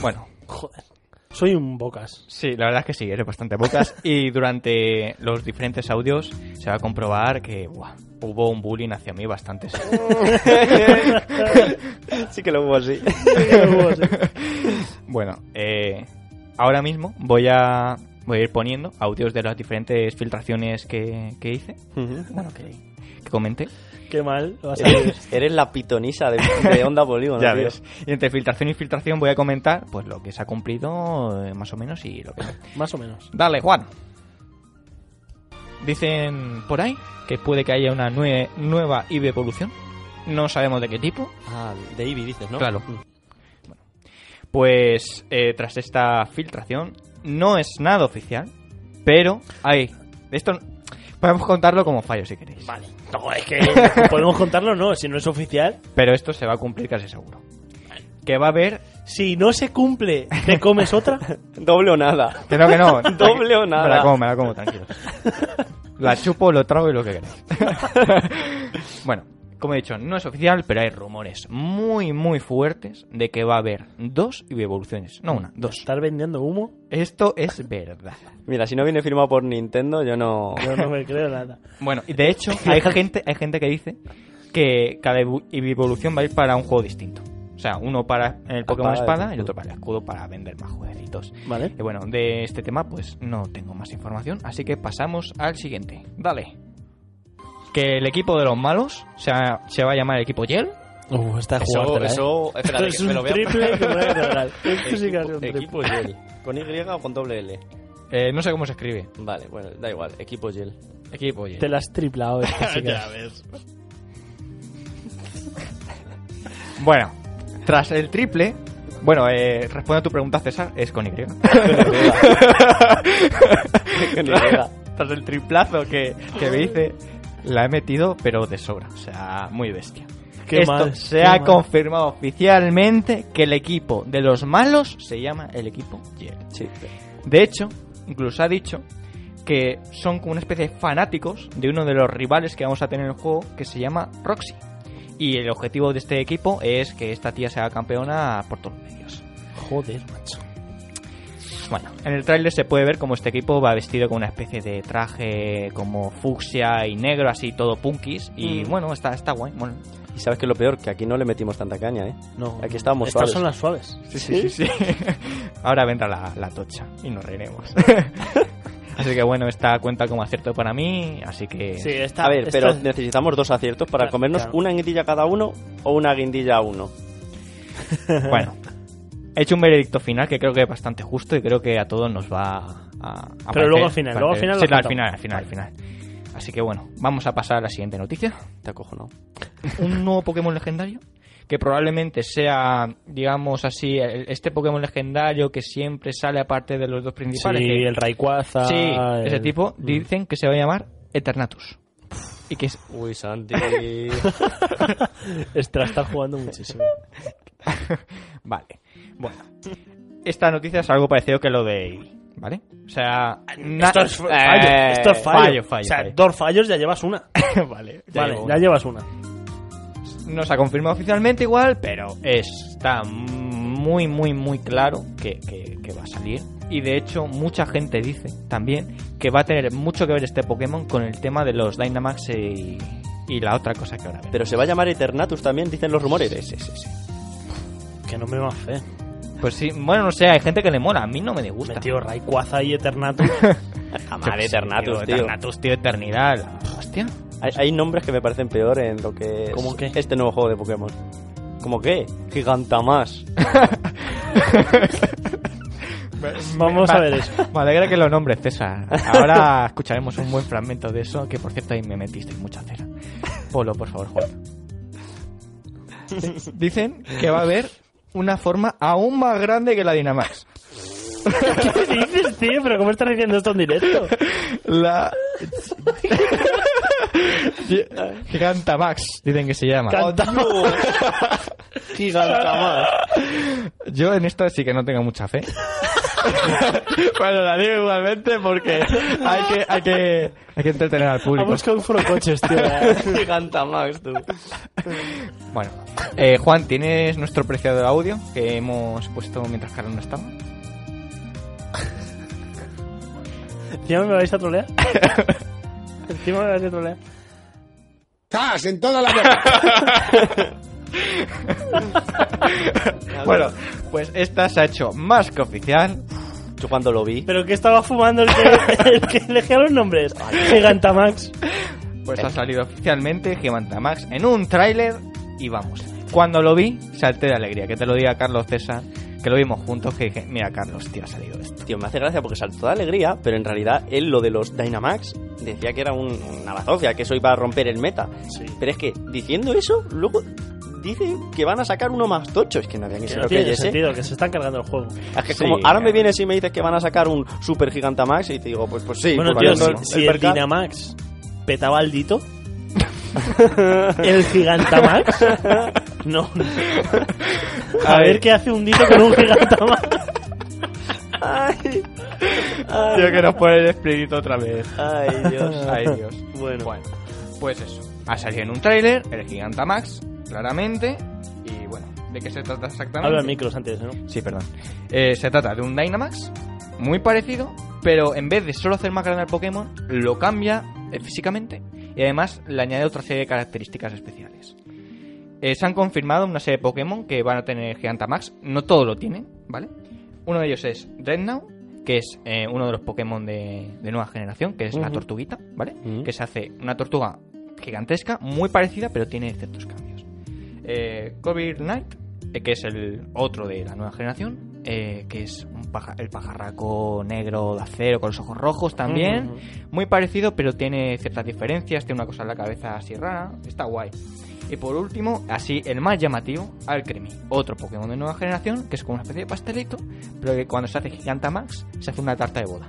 [SPEAKER 3] Bueno,
[SPEAKER 1] Joder. Soy un
[SPEAKER 3] <laughs>
[SPEAKER 1] bocas.
[SPEAKER 3] sí, la verdad es que sí, eres bastante bocas. y durante los diferentes audios se va a comprobar que buah, hubo un bullying hacia mí bastante severo.
[SPEAKER 2] sí que lo hubo así.
[SPEAKER 3] bueno, eh, ahora mismo voy a, voy a ir poniendo audios de las diferentes filtraciones que, que hice. Bueno, que, que comenté.
[SPEAKER 1] Qué mal. lo vas a hacer.
[SPEAKER 2] eres, eres la pitonisa de, de Onda Polígono,
[SPEAKER 3] ya
[SPEAKER 2] tío.
[SPEAKER 3] ves. Y entre filtración y filtración voy a comentar pues lo que se ha cumplido eh, más o menos y lo que no.
[SPEAKER 1] Más o menos.
[SPEAKER 3] Dale, Juan. Dicen por ahí que puede que haya una nue- nueva IV evolución. No sabemos de qué tipo.
[SPEAKER 2] Ah, de Eevee dices, ¿no?
[SPEAKER 3] Claro.
[SPEAKER 2] Mm.
[SPEAKER 3] Pues eh, tras esta filtración no es nada oficial, pero hay... Esto podemos contarlo como fallo si queréis.
[SPEAKER 1] Vale. No, es que <laughs> podemos contarlo, no. Si no es oficial.
[SPEAKER 3] Pero esto se va a cumplir casi seguro. Que va a haber...
[SPEAKER 1] Si no se cumple, ¿te comes
[SPEAKER 3] <laughs>
[SPEAKER 1] otra?
[SPEAKER 2] Doble o nada.
[SPEAKER 3] Que no, que no.
[SPEAKER 2] <laughs> Doble o nada.
[SPEAKER 3] Me la como, me la como, tranquilo. La chupo, lo trago y lo que
[SPEAKER 2] <laughs>
[SPEAKER 3] queráis. bueno, como he dicho, no es oficial, pero hay rumores muy, muy fuertes de que va a haber dos evoluciones. No una, dos.
[SPEAKER 1] ¿Estás vendiendo humo?
[SPEAKER 3] Esto es verdad.
[SPEAKER 2] Mira, si no viene firmado por Nintendo, yo no...
[SPEAKER 1] Yo no me creo nada.
[SPEAKER 3] Bueno, y de
[SPEAKER 2] <laughs>
[SPEAKER 3] hecho, hay gente, hay gente que dice que cada evu- evolución va a ir para un juego distinto. O sea, uno para el
[SPEAKER 2] para
[SPEAKER 3] Pokémon
[SPEAKER 2] el
[SPEAKER 3] Espada
[SPEAKER 2] escudo.
[SPEAKER 3] y otro para el escudo para vender más jueguecitos.
[SPEAKER 1] Vale.
[SPEAKER 3] Y bueno, de este tema pues no tengo más información, así que pasamos al siguiente. Dale. Que el equipo de los malos o sea, se va a llamar el equipo Yel.
[SPEAKER 1] Uh, está
[SPEAKER 2] Eso, eso, espérate,
[SPEAKER 1] es
[SPEAKER 2] que me
[SPEAKER 1] un
[SPEAKER 2] lo voy a-
[SPEAKER 1] triple como una
[SPEAKER 2] <laughs>
[SPEAKER 1] catedral. Esto sí que es un
[SPEAKER 2] Equipo,
[SPEAKER 1] triple.
[SPEAKER 2] equipo Yel. ¿Con Y o con doble L?
[SPEAKER 3] Eh, no sé cómo se escribe.
[SPEAKER 2] Vale, bueno, da igual. Equipo
[SPEAKER 1] <laughs>
[SPEAKER 2] Yel.
[SPEAKER 3] Equipo Yel.
[SPEAKER 1] Te la has
[SPEAKER 2] <laughs>
[SPEAKER 1] triplado. esto sí que es.
[SPEAKER 5] ves.
[SPEAKER 3] Bueno, tras el triple... Bueno, eh, responde a tu pregunta, César, es con Y. <laughs>
[SPEAKER 2] Con Y.
[SPEAKER 3] Tras el triplazo que, que me hice, la he metido, pero de sobra. O sea, muy bestia.
[SPEAKER 1] Qué
[SPEAKER 3] Esto
[SPEAKER 1] mal,
[SPEAKER 3] se
[SPEAKER 1] qué
[SPEAKER 3] ha
[SPEAKER 1] mal.
[SPEAKER 3] confirmado oficialmente que el equipo de los malos se llama el equipo Yel.
[SPEAKER 2] Sí.
[SPEAKER 3] De hecho, incluso ha dicho que son como una especie de fanáticos de uno de los rivales que vamos a tener en el juego que se llama Roxy. Y el objetivo de este equipo es que esta tía sea campeona por todos los medios.
[SPEAKER 1] Joder, macho.
[SPEAKER 3] Bueno, en el tráiler se puede ver como este equipo va vestido con una especie de traje como fucsia y negro, así todo punkis. Y bueno, está, está guay. Bueno,
[SPEAKER 2] Y sabes que lo peor, que aquí no le metimos tanta caña, ¿eh?
[SPEAKER 1] No.
[SPEAKER 2] Aquí estábamos
[SPEAKER 1] Estas
[SPEAKER 2] suaves.
[SPEAKER 1] son las suaves.
[SPEAKER 3] Sí, sí, sí. <laughs> Ahora vendrá la, la tocha y nos <laughs> reiremos. así que bueno, esta cuenta como acierto para mí, así que...
[SPEAKER 1] esta,
[SPEAKER 2] A ver,
[SPEAKER 1] esta
[SPEAKER 2] pero
[SPEAKER 1] es-
[SPEAKER 2] necesitamos dos aciertos para
[SPEAKER 1] Claro,
[SPEAKER 2] comernos
[SPEAKER 1] claro.
[SPEAKER 2] una guindilla cada uno o una guindilla a uno.
[SPEAKER 3] Bueno, he hecho un veredicto final que creo que es bastante justo y creo que a todos nos va a... a parecer
[SPEAKER 1] luego al final, luego al final lo
[SPEAKER 3] bastante- Sí, no, al
[SPEAKER 1] contamos.
[SPEAKER 3] final, al final, al final. Así que bueno, vamos a pasar a la siguiente noticia.
[SPEAKER 2] Te acojo, ¿no?
[SPEAKER 3] un nuevo Pokémon legendario que probablemente sea, digamos así, el- este Pokémon legendario que siempre sale aparte de los dos
[SPEAKER 1] Sí,
[SPEAKER 3] principales. que-
[SPEAKER 1] el Rayquaza.
[SPEAKER 3] sí,
[SPEAKER 1] el-
[SPEAKER 3] ese tipo,
[SPEAKER 1] Mm.
[SPEAKER 3] dicen que se va a llamar Eternatus. Y que es,
[SPEAKER 2] Uy, Santi.
[SPEAKER 1] <laughs> Este la está jugando muchísimo.
[SPEAKER 3] vale, bueno. Esta noticia es algo parecido que lo de Eevee, ¿vale? O sea, na-
[SPEAKER 1] Esto es fallo.
[SPEAKER 3] Eh,
[SPEAKER 1] esto es fallo.
[SPEAKER 3] fallo, fallo,
[SPEAKER 1] O sea,
[SPEAKER 3] fallo.
[SPEAKER 1] dos fallos ya llevas una.
[SPEAKER 2] <laughs>
[SPEAKER 3] vale,
[SPEAKER 1] <laughs>
[SPEAKER 3] ya
[SPEAKER 1] vale,
[SPEAKER 3] digo,
[SPEAKER 1] ya llevas una.
[SPEAKER 3] no se ha confirmado oficialmente igual, pero está muy, muy, muy claro que, que- que va a salir. Y de hecho, mucha gente dice también que va a tener mucho que ver este Pokémon con el tema de los Dynamax y, y la otra cosa que ahora
[SPEAKER 2] <laughs>
[SPEAKER 3] veremos.
[SPEAKER 2] Pero se va a llamar Eternatus también, dicen los rumores.
[SPEAKER 3] Sí, sí, sí, sí.
[SPEAKER 1] Que no me va fe.
[SPEAKER 3] Pues sí, bueno, no sé, hay gente que le mola, a mí no me gusta.
[SPEAKER 1] Metido Raiquaza y
[SPEAKER 2] <laughs>
[SPEAKER 1] Eternatus.
[SPEAKER 2] Jamás de Eternatus, tío.
[SPEAKER 3] Eternatus, Pues tío, Eternidad. Hostia.
[SPEAKER 2] Hay, hay nombres que me parecen peor en lo que es
[SPEAKER 1] ¿Cómo qué?
[SPEAKER 2] este nuevo juego de Pokémon. ¿Cómo qué? Gigantamás.
[SPEAKER 1] <laughs> Vamos
[SPEAKER 3] Me-
[SPEAKER 1] a ver eso.
[SPEAKER 3] Me alegra que lo nombres, César. Ahora escucharemos un buen fragmento de eso, que por cierto ahí me metiste mucha cera. Polo, por favor, Juan. Dicen que va a haber una forma aún más grande que la Dinamax.
[SPEAKER 1] ¿Qué dices, tío? ¿Pero cómo estás diciendo esto en directo?
[SPEAKER 3] <laughs> La... Gigantamax, dicen que se llama.
[SPEAKER 2] <laughs> Gigantamás.
[SPEAKER 3] Yo en esto sí que no tengo mucha fe. <laughs> bueno, la digo igualmente porque hay que, hay que, hay que entretener al
[SPEAKER 1] Ha
[SPEAKER 3] público.
[SPEAKER 1] buscado un forocoches, tío.
[SPEAKER 2] Gigantamás, tú.
[SPEAKER 3] Bueno, eh, Juan, ¿tienes nuestro preciado audio que hemos puesto mientras Carlos no estaba?
[SPEAKER 1] ¿Encima me vais a trolear? ¿Encima me vais a trolear?
[SPEAKER 6] ¡Estás en toda la boca!
[SPEAKER 3] Bueno, pues esta se ha hecho más que oficial.
[SPEAKER 2] Yo cuando lo vi,
[SPEAKER 1] ¿Pero qué estaba fumando el que, el que elegía los nombres? Gigantamax.
[SPEAKER 3] Pues ha salido oficialmente Gigantamax en un tráiler y vamos. Cuando lo vi, salté de alegría. Que te lo diga Carlos César, que lo vimos juntos, que dije, mira Carlos, tío, ha salido esto.
[SPEAKER 2] tío, me hace gracia porque saltó de alegría, pero en realidad él lo de los Dynamax decía que era un- una bazofia, que eso iba a romper el meta.
[SPEAKER 1] Sí.
[SPEAKER 2] Pero es que diciendo eso, luego dice que van a sacar uno más tocho. Es que no había ni
[SPEAKER 1] Que
[SPEAKER 2] se
[SPEAKER 1] no
[SPEAKER 2] lo
[SPEAKER 1] tiene
[SPEAKER 2] creyese.
[SPEAKER 1] sentido, que se están cargando el juego.
[SPEAKER 2] Es que
[SPEAKER 3] Sí,
[SPEAKER 2] como, ahora me
[SPEAKER 3] claro.
[SPEAKER 2] vienes y me dices que van a sacar un Super Gigantamax y te digo, pues, pues sí.
[SPEAKER 1] bueno,
[SPEAKER 2] pues
[SPEAKER 1] tío,
[SPEAKER 2] vale,
[SPEAKER 1] si,
[SPEAKER 2] no,
[SPEAKER 1] si el,
[SPEAKER 2] per cap-
[SPEAKER 1] Dynamax petaba al Dito, el Gigantamax, no. A ver qué hace un Dito con un Gigantamax.
[SPEAKER 3] Tío, que nos pone el espíritu otra vez.
[SPEAKER 2] Ay,
[SPEAKER 1] <laughs>
[SPEAKER 2] Dios.
[SPEAKER 3] Ay, Dios.
[SPEAKER 2] Bueno.
[SPEAKER 3] Bueno, pues eso. Ha salido en un tráiler, el Gigantamax, claramente. Y bueno, ¿de qué se trata exactamente?
[SPEAKER 1] Habla el micro antes, ¿no?
[SPEAKER 3] Sí, perdón. Eh, se trata de un Dynamax muy parecido, pero en vez de solo hacer más grande al Pokémon, lo cambia eh, físicamente y además le añade otra serie de características especiales. Eh, se han confirmado una serie de Pokémon que van a tener Gigantamax. No todos lo tienen, ¿vale? Uno de ellos es Rednow, que es eh, uno de los Pokémon de, de nueva generación, que es la
[SPEAKER 2] Ujú.
[SPEAKER 3] tortuguita, ¿vale?
[SPEAKER 2] Ujú.
[SPEAKER 3] ¿Mm? Que se hace una tortuga gigantesca, muy parecida, pero tiene ciertos cambios. Eh, Cobra Knight, eh, que es el otro de la nueva generación, eh, que es un paja- el pajarraco negro de acero con los ojos rojos también. Muy parecido, pero tiene ciertas diferencias. Tiene una cosa en la cabeza así rara. Está guay. Y por último, así el más llamativo, Alcremie, otro Pokémon de nueva generación, que es como una especie de pastelito, pero que cuando se hace Gigantamax se hace una tarta de boda.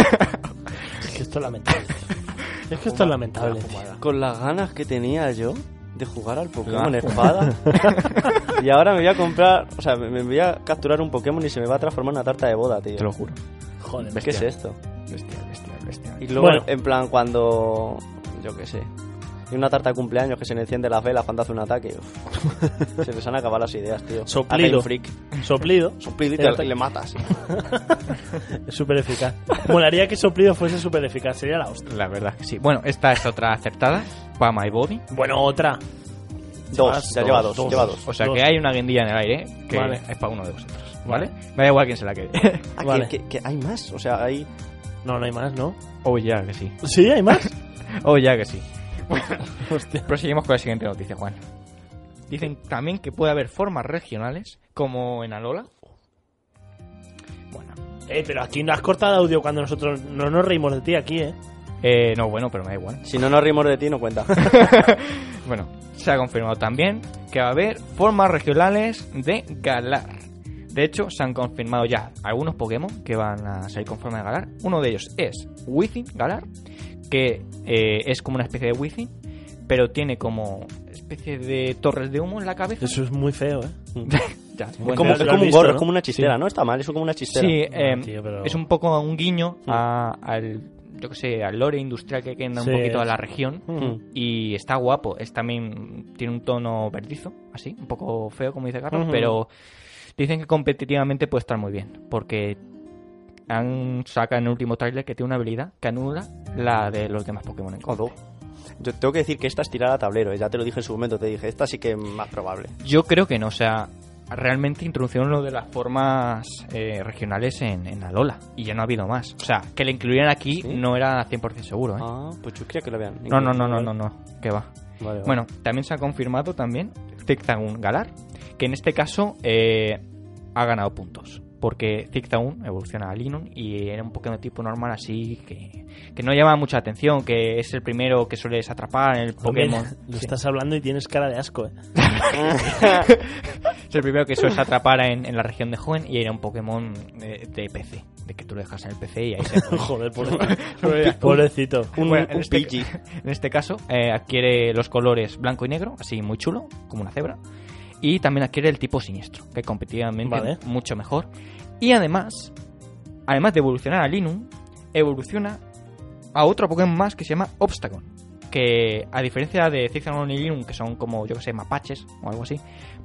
[SPEAKER 1] Es que esto es <laughs> lamentable. Es que esto es lamentable.
[SPEAKER 2] Con las ganas que tenía yo de jugar al
[SPEAKER 1] <laughs>
[SPEAKER 2] Pokémon Espada. y ahora me voy a comprar, o sea, me, me voy a capturar un Pokémon y se me va a transformar en una tarta de boda, tío.
[SPEAKER 3] Te lo juro.
[SPEAKER 1] Joder.
[SPEAKER 2] ¿Qué es esto?
[SPEAKER 3] Bestial, bestial, bestial.
[SPEAKER 2] Y luego,
[SPEAKER 1] Bueno.
[SPEAKER 2] en plan, cuando. Yo qué sé. Y una tarta de cumpleaños que se le enciende las velas cuando hace un ataque. uf. se les han acabado las ideas, tío.
[SPEAKER 1] Soplido.
[SPEAKER 2] Hace un freak.
[SPEAKER 1] Soplido.
[SPEAKER 2] Soplido y,
[SPEAKER 1] Pero
[SPEAKER 2] te,
[SPEAKER 1] te-
[SPEAKER 2] y le matas.
[SPEAKER 1] Es súper eficaz. Molaría que Soplido fuese súper eficaz. Sería la hostia.
[SPEAKER 3] La verdad que sí. Bueno, esta es otra acertada, para My Body.
[SPEAKER 1] Bueno, otra.
[SPEAKER 2] Dos, ya lleva dos, lleva dos.
[SPEAKER 3] O sea
[SPEAKER 1] Dos.
[SPEAKER 3] que hay una guindilla en el aire que
[SPEAKER 1] Vale.
[SPEAKER 3] es para uno de vosotros, ¿vale? Me da igual quién se la quede.
[SPEAKER 2] Ah, que-
[SPEAKER 1] Vale.
[SPEAKER 2] que, que hay más. O sea, hay.
[SPEAKER 1] No, no hay más, ¿no?
[SPEAKER 3] <laughs> oh, ya que sí.
[SPEAKER 1] Sí, hay más.
[SPEAKER 3] Oh, ya que <laughs> sí.
[SPEAKER 1] Hostia.
[SPEAKER 3] Proseguimos con la siguiente noticia, Juan. Dicen también que puede haber formas regionales, como en Alola. Bueno,
[SPEAKER 1] <laughs> Eh, pero aquí no has cortado audio cuando nosotros no nos reímos de ti aquí, ¿eh?
[SPEAKER 3] eh, no, bueno, pero me da igual.
[SPEAKER 2] Si no nos rimos de ti, no cuenta.
[SPEAKER 3] Bueno, se ha confirmado también que va a haber formas regionales de Galar. De hecho, se han confirmado ya algunos Pokémon que van a salir con forma de Galar. Uno de ellos es Within Galar, que eh, es como una especie de Within, pero tiene como especie de torres de humo en la cabeza.
[SPEAKER 1] Eso es muy feo, ¿eh?
[SPEAKER 3] Ya,
[SPEAKER 2] es
[SPEAKER 3] bueno,
[SPEAKER 2] como,
[SPEAKER 1] ya
[SPEAKER 2] es
[SPEAKER 1] lo has
[SPEAKER 2] como un
[SPEAKER 1] visto,
[SPEAKER 2] gorro,
[SPEAKER 1] ¿no?
[SPEAKER 2] es como una chistera, ¿no? Está mal, eso como una chistera.
[SPEAKER 3] Sí, eh,
[SPEAKER 1] No, tío, pero-
[SPEAKER 3] es un poco un guiño a- al, yo que sé, al lore industrial que queda
[SPEAKER 1] Sí,
[SPEAKER 3] un poquito a
[SPEAKER 1] es-
[SPEAKER 3] la región.
[SPEAKER 2] Mm.
[SPEAKER 3] Y está guapo. Es también tiene un tono verdizo, así, un poco feo, como dice Carlos,
[SPEAKER 1] Ujú.
[SPEAKER 3] pero dicen que competitivamente puede estar muy bien, porque han saca en el último tráiler que tiene una habilidad que anula la de los demás Pokémon. en
[SPEAKER 2] Joder.
[SPEAKER 3] combate.
[SPEAKER 2] Yo tengo que decir que esta es tirada a tablero, eh, ya te lo dije en su momento, te dije, esta sí que es más probable.
[SPEAKER 3] Yo creo que no, o sea, realmente introdujeron lo de las formas eh, regionales en, en Alola y ya no ha habido más. O sea, que le incluyeran aquí
[SPEAKER 2] ¿Sí?
[SPEAKER 3] no era 100% seguro, ¿eh?
[SPEAKER 2] Ah, pues yo creo que lo vean.
[SPEAKER 3] No, no, no, no, no, no, que va.
[SPEAKER 2] Vale, vale.
[SPEAKER 3] Bueno, también se ha confirmado también Zigzagoon Galar, que en este caso eh, ha ganado puntos. Porque Zigzagoon evoluciona a Linon y era un Pokémon tipo normal así que, que no llama mucha atención, que es el primero que sueles atrapar en el
[SPEAKER 1] Hombre,
[SPEAKER 3] Pokémon.
[SPEAKER 1] <laughs> Lo
[SPEAKER 3] Sí.
[SPEAKER 1] estás hablando y tienes cara de asco, ¿eh?
[SPEAKER 3] Es el primero que sueles atrapar en, en la región de Joven y era un Pokémon eh, de, PC, de que tú lo dejas en el PC y ahí
[SPEAKER 1] <laughs>
[SPEAKER 3] se...
[SPEAKER 1] <laughs> Joder, pobre- <laughs> pobrecito.
[SPEAKER 2] Un,
[SPEAKER 3] Bueno,
[SPEAKER 2] un
[SPEAKER 3] este,
[SPEAKER 2] Pidgey.
[SPEAKER 3] en este caso eh, adquiere los colores blanco y negro, así muy chulo, como una cebra. Y también adquiere el tipo siniestro, que competitivamente
[SPEAKER 1] Vale.
[SPEAKER 3] es mucho mejor. Y además, además de evolucionar a Linum, evoluciona a otro Pokémon más que se llama Obstagon. Que a diferencia de Zigzagoon y Linum, que son como, yo que sé, mapaches o algo así,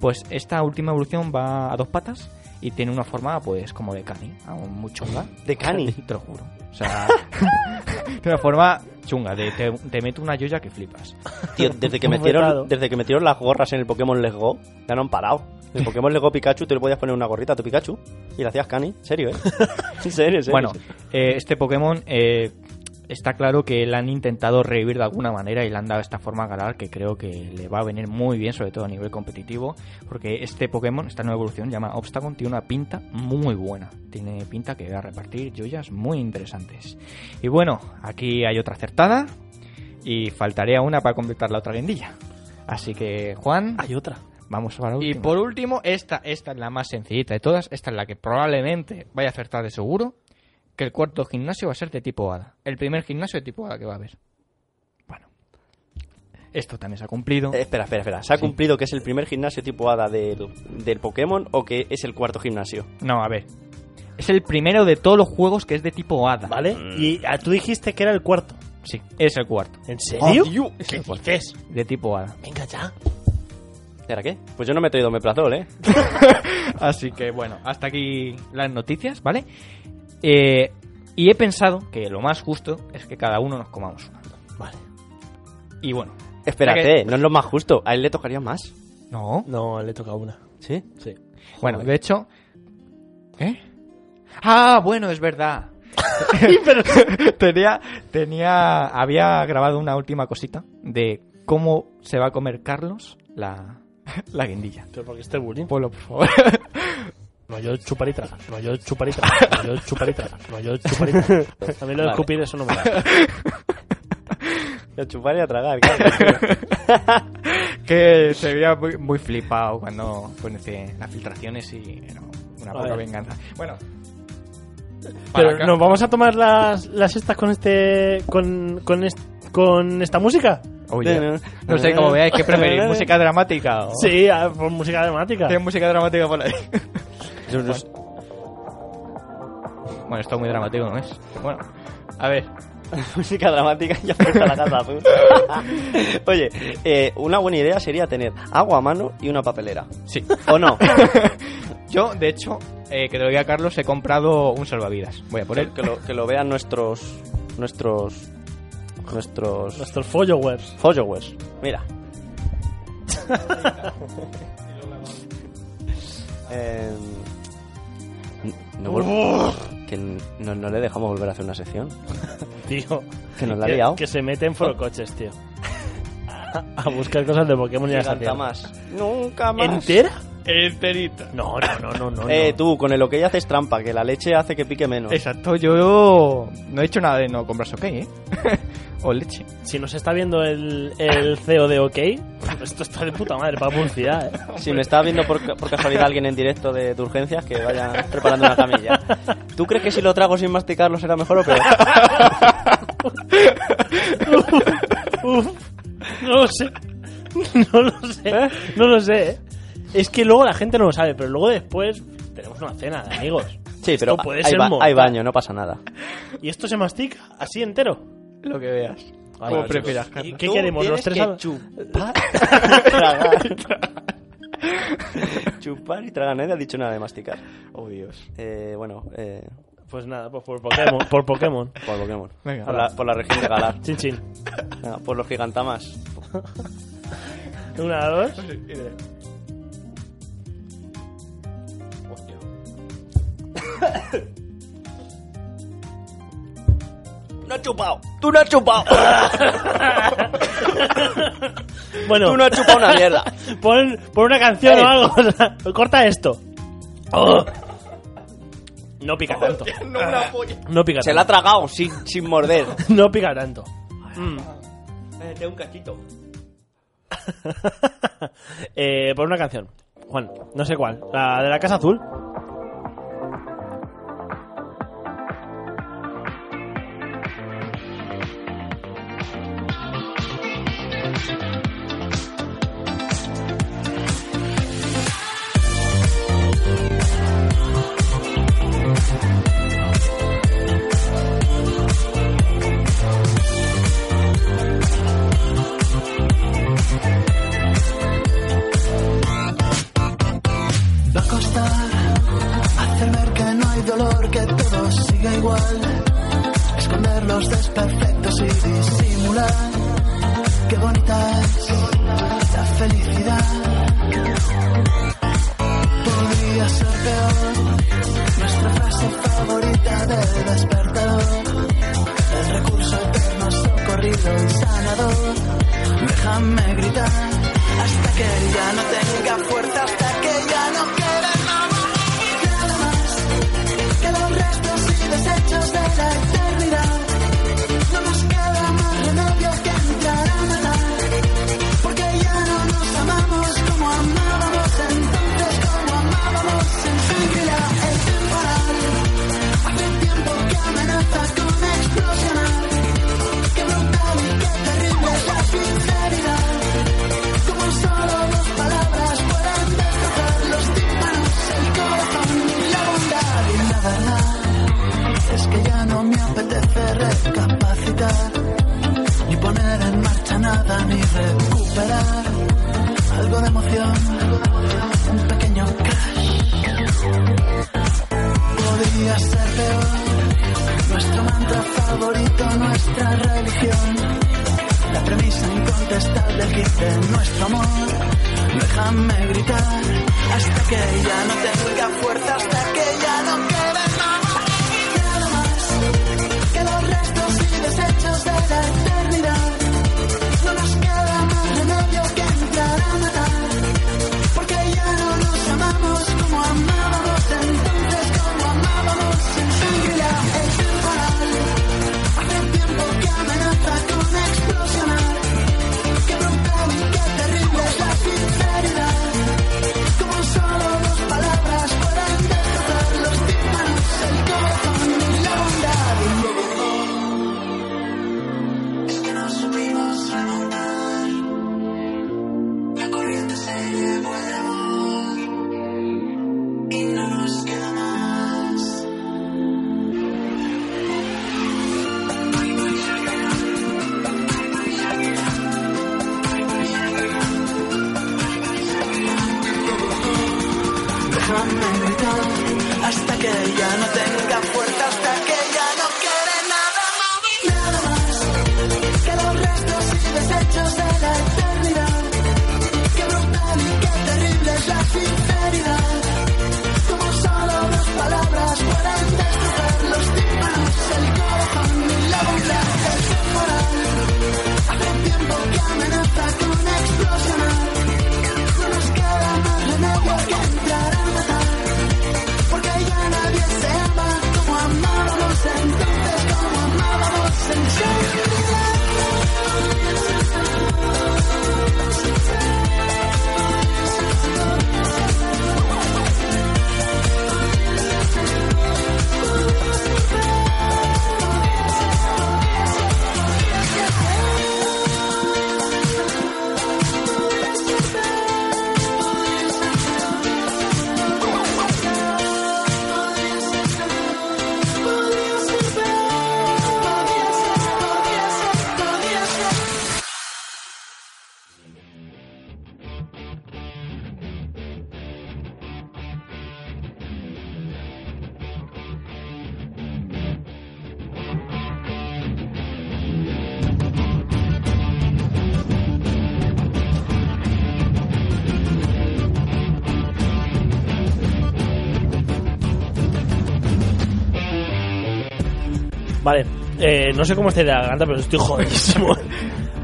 [SPEAKER 3] pues esta última evolución va a dos patas y tiene una forma, pues, como de cani, aún muy chunga.
[SPEAKER 2] De Cani.
[SPEAKER 3] <laughs> Te lo juro. O sea, <laughs> de una forma chunga, de te, te meto una joya que flipas.
[SPEAKER 1] <laughs>
[SPEAKER 2] Tío, desde que,
[SPEAKER 1] Un vetado.
[SPEAKER 2] metieron, desde que metieron las gorras en el Pokémon Let's Go, ya no han parado. En el Pokémon Let's Go Pikachu, tú le podías poner una gorrita a tu Pikachu y le hacías Cani.
[SPEAKER 1] <laughs>
[SPEAKER 2] En serio, ¿eh? En serio, en serio.
[SPEAKER 3] Bueno, eh, este Pokémon eh, está claro que le han intentado revivir de alguna manera y le han dado esta forma a Galar que creo que le va a venir muy bien, sobre todo a nivel competitivo, porque este Pokémon, esta nueva evolución, llama Obstagon, tiene una pinta muy buena. Tiene pinta que va a repartir joyas muy interesantes. Y bueno, aquí hay otra acertada y faltaría una para completar la otra guindilla. Así que, Juan,
[SPEAKER 1] Hay otra.
[SPEAKER 3] vamos a la
[SPEAKER 9] Y
[SPEAKER 3] última.
[SPEAKER 9] por último, esta, esta
[SPEAKER 3] Esta es la más sencillita de todas. Esta es la que probablemente vaya a acertar de seguro. Que el cuarto gimnasio va a ser de tipo hada. El primer gimnasio de tipo hada que va a haber. Bueno. Esto también se ha cumplido.
[SPEAKER 2] Eh, espera, espera, espera. ¿Se ha cumplido que es el primer gimnasio tipo Hada del, del Pokémon o que es el cuarto gimnasio?
[SPEAKER 3] No, a ver. Es el primero de todos los juegos que es de tipo hada.
[SPEAKER 1] ¿Vale? Y ah, tú dijiste que era el cuarto.
[SPEAKER 3] Sí, es el cuarto.
[SPEAKER 1] ¿En serio?
[SPEAKER 3] ¿Qué dices? De tipo hada.
[SPEAKER 1] Venga ya.
[SPEAKER 2] ¿Era qué? Pues yo no me he traído Meprazol, ¿eh?
[SPEAKER 3] Así que bueno, hasta aquí las noticias, ¿vale? Eh, y he pensado que lo más justo es que cada uno nos comamos una.
[SPEAKER 1] Vale.
[SPEAKER 3] Y bueno,
[SPEAKER 2] Espérate, no es lo más justo. A él le tocaría más.
[SPEAKER 3] No.
[SPEAKER 1] No, le toca una.
[SPEAKER 2] ¿Sí?
[SPEAKER 1] Sí.
[SPEAKER 3] Bueno, de hecho. ¿Eh? Ah, bueno, es <laughs> verdad. <laughs> tenía, tenía. Había grabado una última cosita de cómo se va a comer Carlos la, la guindilla.
[SPEAKER 1] Pero porque este bullying.
[SPEAKER 3] Polo, por favor.
[SPEAKER 1] No, yo chupar y tragar. No, yo chupar y tragar. No, yo chupar y tragar. No, yo chupar y
[SPEAKER 3] <laughs>
[SPEAKER 1] tragar. A mí lo de
[SPEAKER 3] Vale.
[SPEAKER 1] escupir eso no me da.
[SPEAKER 2] Y A chupar y a tragar, claro.
[SPEAKER 3] <laughs> que se veía muy, muy flipado cuando ponete las filtraciones y era una poca
[SPEAKER 1] ver.
[SPEAKER 3] venganza. Bueno. para
[SPEAKER 1] Pero
[SPEAKER 3] acá.
[SPEAKER 1] nos vamos a tomar las, las estas con este. con. con est- con esta música.
[SPEAKER 3] <laughs> Oye, no sé cómo veáis, ¿qué
[SPEAKER 1] <laughs>
[SPEAKER 3] preferís? ¿Música dramática o
[SPEAKER 1] Sí, ah, por música dramática.
[SPEAKER 3] ¿Qué música dramática por ahí? Pues- Bueno, esto es muy dramático, ¿no es? Bueno, a ver.
[SPEAKER 2] Música dramática y <laughs> apunta la casa azul. Oye, eh, una buena idea sería tener agua a mano y una papelera.
[SPEAKER 3] Sí.
[SPEAKER 2] ¿O no?
[SPEAKER 3] Yo, de hecho, eh, que te lo diga Carlos, he comprado un salvavidas. Voy a por él.
[SPEAKER 2] Que lo, que lo vean nuestros. nuestros. nuestros.
[SPEAKER 1] Nuestros followers.
[SPEAKER 2] followers. Mira. Eh, no vol- que no, no le dejamos volver a hacer una sección.
[SPEAKER 1] Tío.
[SPEAKER 2] Que nos la ha liado.
[SPEAKER 1] Que se meten forocoches,
[SPEAKER 3] <laughs>
[SPEAKER 1] tío. A buscar cosas de Pokémon y las
[SPEAKER 2] Giganta
[SPEAKER 1] atienden.
[SPEAKER 2] más. Nunca más.
[SPEAKER 1] ¿Entera?
[SPEAKER 3] Enterita.
[SPEAKER 1] No, no, no, no, no.
[SPEAKER 2] Eh,
[SPEAKER 1] no.
[SPEAKER 2] tú, con el ok haces trampa, que la leche hace que pique menos.
[SPEAKER 3] Exacto, yo no he hecho nada de no comprar ok, ¿eh? <laughs> o leche.
[SPEAKER 1] Si nos está viendo el, el CEO de OK, esto está de puta madre para publicidad, eh.
[SPEAKER 2] Si me está viendo por, ca- por casualidad alguien en directo de, de urgencias, que vaya preparando una camilla. ¿Tú crees que si lo trago sin masticarlo será mejor o peor?
[SPEAKER 1] Uf, no lo sé. No lo sé. No lo sé, eh. Es que luego la gente no lo sabe, pero luego después tenemos una cena de amigos.
[SPEAKER 2] Sí, pero
[SPEAKER 1] Esto puede
[SPEAKER 2] hay,
[SPEAKER 1] ser
[SPEAKER 2] ba-
[SPEAKER 1] mortal.
[SPEAKER 2] hay baño, no pasa nada.
[SPEAKER 1] Y esto se mastica así entero.
[SPEAKER 3] Lo que veas.
[SPEAKER 1] Ay,
[SPEAKER 3] Como
[SPEAKER 1] chicos.
[SPEAKER 3] prefieras,
[SPEAKER 1] ¿Y
[SPEAKER 3] Carlos.
[SPEAKER 1] qué queremos? ¿Los tres a-
[SPEAKER 2] chupar, tragar. <laughs> chupar y tragar. Nadie ha dicho nada de masticar.
[SPEAKER 3] Oh, Dios.
[SPEAKER 2] Eh, bueno, eh,
[SPEAKER 1] Pues nada, pues por Pokémon. Por Pokémon.
[SPEAKER 2] por Pokémon.
[SPEAKER 3] Venga.
[SPEAKER 2] por, la, por la región de Galar.
[SPEAKER 1] Chin, chin.
[SPEAKER 2] Venga, por los gigantamas.
[SPEAKER 1] Una, dos.
[SPEAKER 2] ¡No has chupado! ¡Tú no has chupado!
[SPEAKER 1] Bueno,
[SPEAKER 2] ¡Tú no has chupado una
[SPEAKER 1] <laughs>
[SPEAKER 2] mierda!
[SPEAKER 1] pon, pon una canción
[SPEAKER 2] Eh. Oh.
[SPEAKER 1] o algo. <laughs> o sea, corta esto. No pica tanto.
[SPEAKER 2] <laughs> ¡No una polla!
[SPEAKER 1] No pica
[SPEAKER 2] Se la ha
[SPEAKER 1] tanto.
[SPEAKER 2] tragado sin, sin morder.
[SPEAKER 1] <laughs> No pica tanto. Mm.
[SPEAKER 2] Tengo un cachito.
[SPEAKER 1] eh, pon una canción. Juan, no sé cuál. La de la Casa Azul.
[SPEAKER 9] Va a costar hacer ver que no hay dolor, que todo siga igual. Esconder los desperfectos y disimular. Qué bonita es la felicidad. Podría ser peor. Nuestra frase favorita del despertador. El recurso eterno, socorrido y sanador. Déjame gritar hasta que ya no tenga fuerza, hasta que ya no quede nada. Nada más que los restos y desechos de la eternidad. No nos queda más remedio que entrar a matar, porque ya no nos amamos, que ya no tenga fuerza, hasta que ya no quede nada. Ya no más que los restos y desechos de la eternidad. No nos queda más remedio que entrar a matar. Porque ya no nos amamos como amábamos entonces, como amábamos en sangre y la- el temporal. Hace tiempo que amenaza con explosionar. Qué brutal y qué terrible es la sinceridad. Como solo dos palabras pueden destrozar los tímpanos, el corazón y la bondad. Es que no supimos remontar. La corriente se llevó el amor y no nos queda más. Déjame gritar hasta que ya no tenga fuerza, hasta que ya no quede nada más. Nada más que los restos y desechos de la eternidad. Qué brutal y qué terrible es la sinceridad. Como solo dos palabras pueden destrozar los tímpanos, el corazón y la bondad del temporal. Hace tiempo que amenaza con explosionar. No nos queda más remedio que entrar a matar. Porque ya nadie se ama como amábamos entonces, como amábamos en realidad.
[SPEAKER 1] Vale, eh, no sé cómo estoy de la garganta, pero estoy
[SPEAKER 2] <laughs>
[SPEAKER 1] jodidísimo.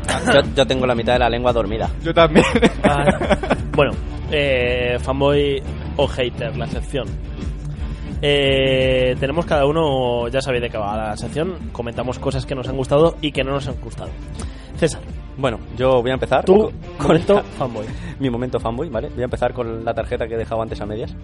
[SPEAKER 2] Ah, Yo, yo tengo la mitad de la lengua dormida.
[SPEAKER 3] Yo también. <laughs>
[SPEAKER 1] Ah, bueno, eh, fanboy o hater, la sección. Eh, tenemos cada uno, ya sabéis de qué va la sección, comentamos cosas que nos han gustado y que no nos han gustado. César,
[SPEAKER 2] Bueno, yo voy a empezar.
[SPEAKER 1] tú,
[SPEAKER 2] con-
[SPEAKER 1] comento fanboy.
[SPEAKER 2] mi momento fanboy, ¿vale? Voy a empezar con la tarjeta que he dejado antes a <laughs> medias.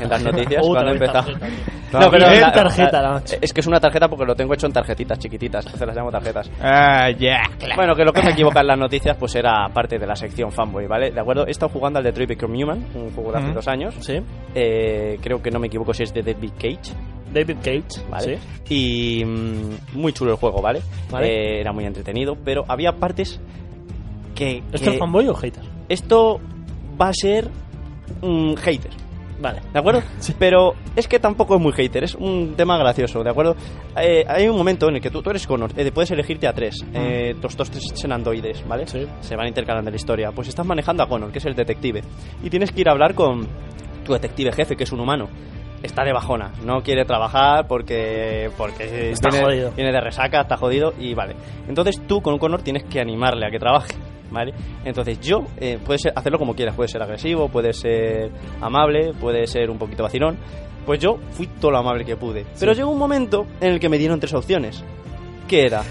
[SPEAKER 2] En las noticias,
[SPEAKER 1] Otra
[SPEAKER 2] cuando he
[SPEAKER 1] vez
[SPEAKER 2] empezado.
[SPEAKER 1] tarjeta, tío.
[SPEAKER 2] No, pero
[SPEAKER 1] Bien,
[SPEAKER 2] la-
[SPEAKER 1] tarjeta,
[SPEAKER 2] la-
[SPEAKER 1] macho.
[SPEAKER 2] es que es una tarjeta porque lo tengo hecho en tarjetitas chiquititas, entonces las llamo tarjetas.
[SPEAKER 3] Ah, ya.
[SPEAKER 2] Bueno, que lo que me equivoca en las noticias pues era parte de la sección fanboy, ¿vale? De acuerdo, he estado jugando al Detroit Become Human, un juego de hace
[SPEAKER 3] Ujú.
[SPEAKER 2] dos años.
[SPEAKER 1] ¿Sí?
[SPEAKER 2] Eh, creo que no me equivoco si es de Deadbeat Cage,
[SPEAKER 1] David Cage,
[SPEAKER 2] ¿vale?
[SPEAKER 1] ¿sí?
[SPEAKER 2] Y mm, muy chulo el juego, ¿vale?
[SPEAKER 1] Vale.
[SPEAKER 2] Eh, era muy entretenido, pero había partes que...
[SPEAKER 1] ¿Esto
[SPEAKER 2] que-
[SPEAKER 1] es fanboy o hater?
[SPEAKER 2] esto va a ser un hater.
[SPEAKER 1] Vale. <laughs>
[SPEAKER 2] ¿De acuerdo? Pero es que tampoco es muy hater, es un tema gracioso, ¿de acuerdo? Eh, hay un momento en el que tú, tú eres Connor, eh, puedes elegirte a tres, eh, los dos tres xenandoides, ¿vale?
[SPEAKER 1] Ah. Sí.
[SPEAKER 2] Se van intercalando en la historia. Pues estás manejando a Connor, que es el detective, y tienes que ir a hablar con tu detective jefe, que es un humano. Está de bajona, no quiere trabajar porque, porque
[SPEAKER 1] Está
[SPEAKER 2] viene-
[SPEAKER 1] jodido.
[SPEAKER 2] viene de resaca, está jodido y vale. Entonces tú con Connor tienes que animarle a que trabaje, ¿vale? Entonces yo, eh, puedes ser- hacerlo como quieras, puedes ser agresivo, puedes ser amable, puedes ser un poquito vacilón. Pues yo fui todo lo amable que pude. Pero llegó un momento en el que me dieron tres opciones. ¿Qué era?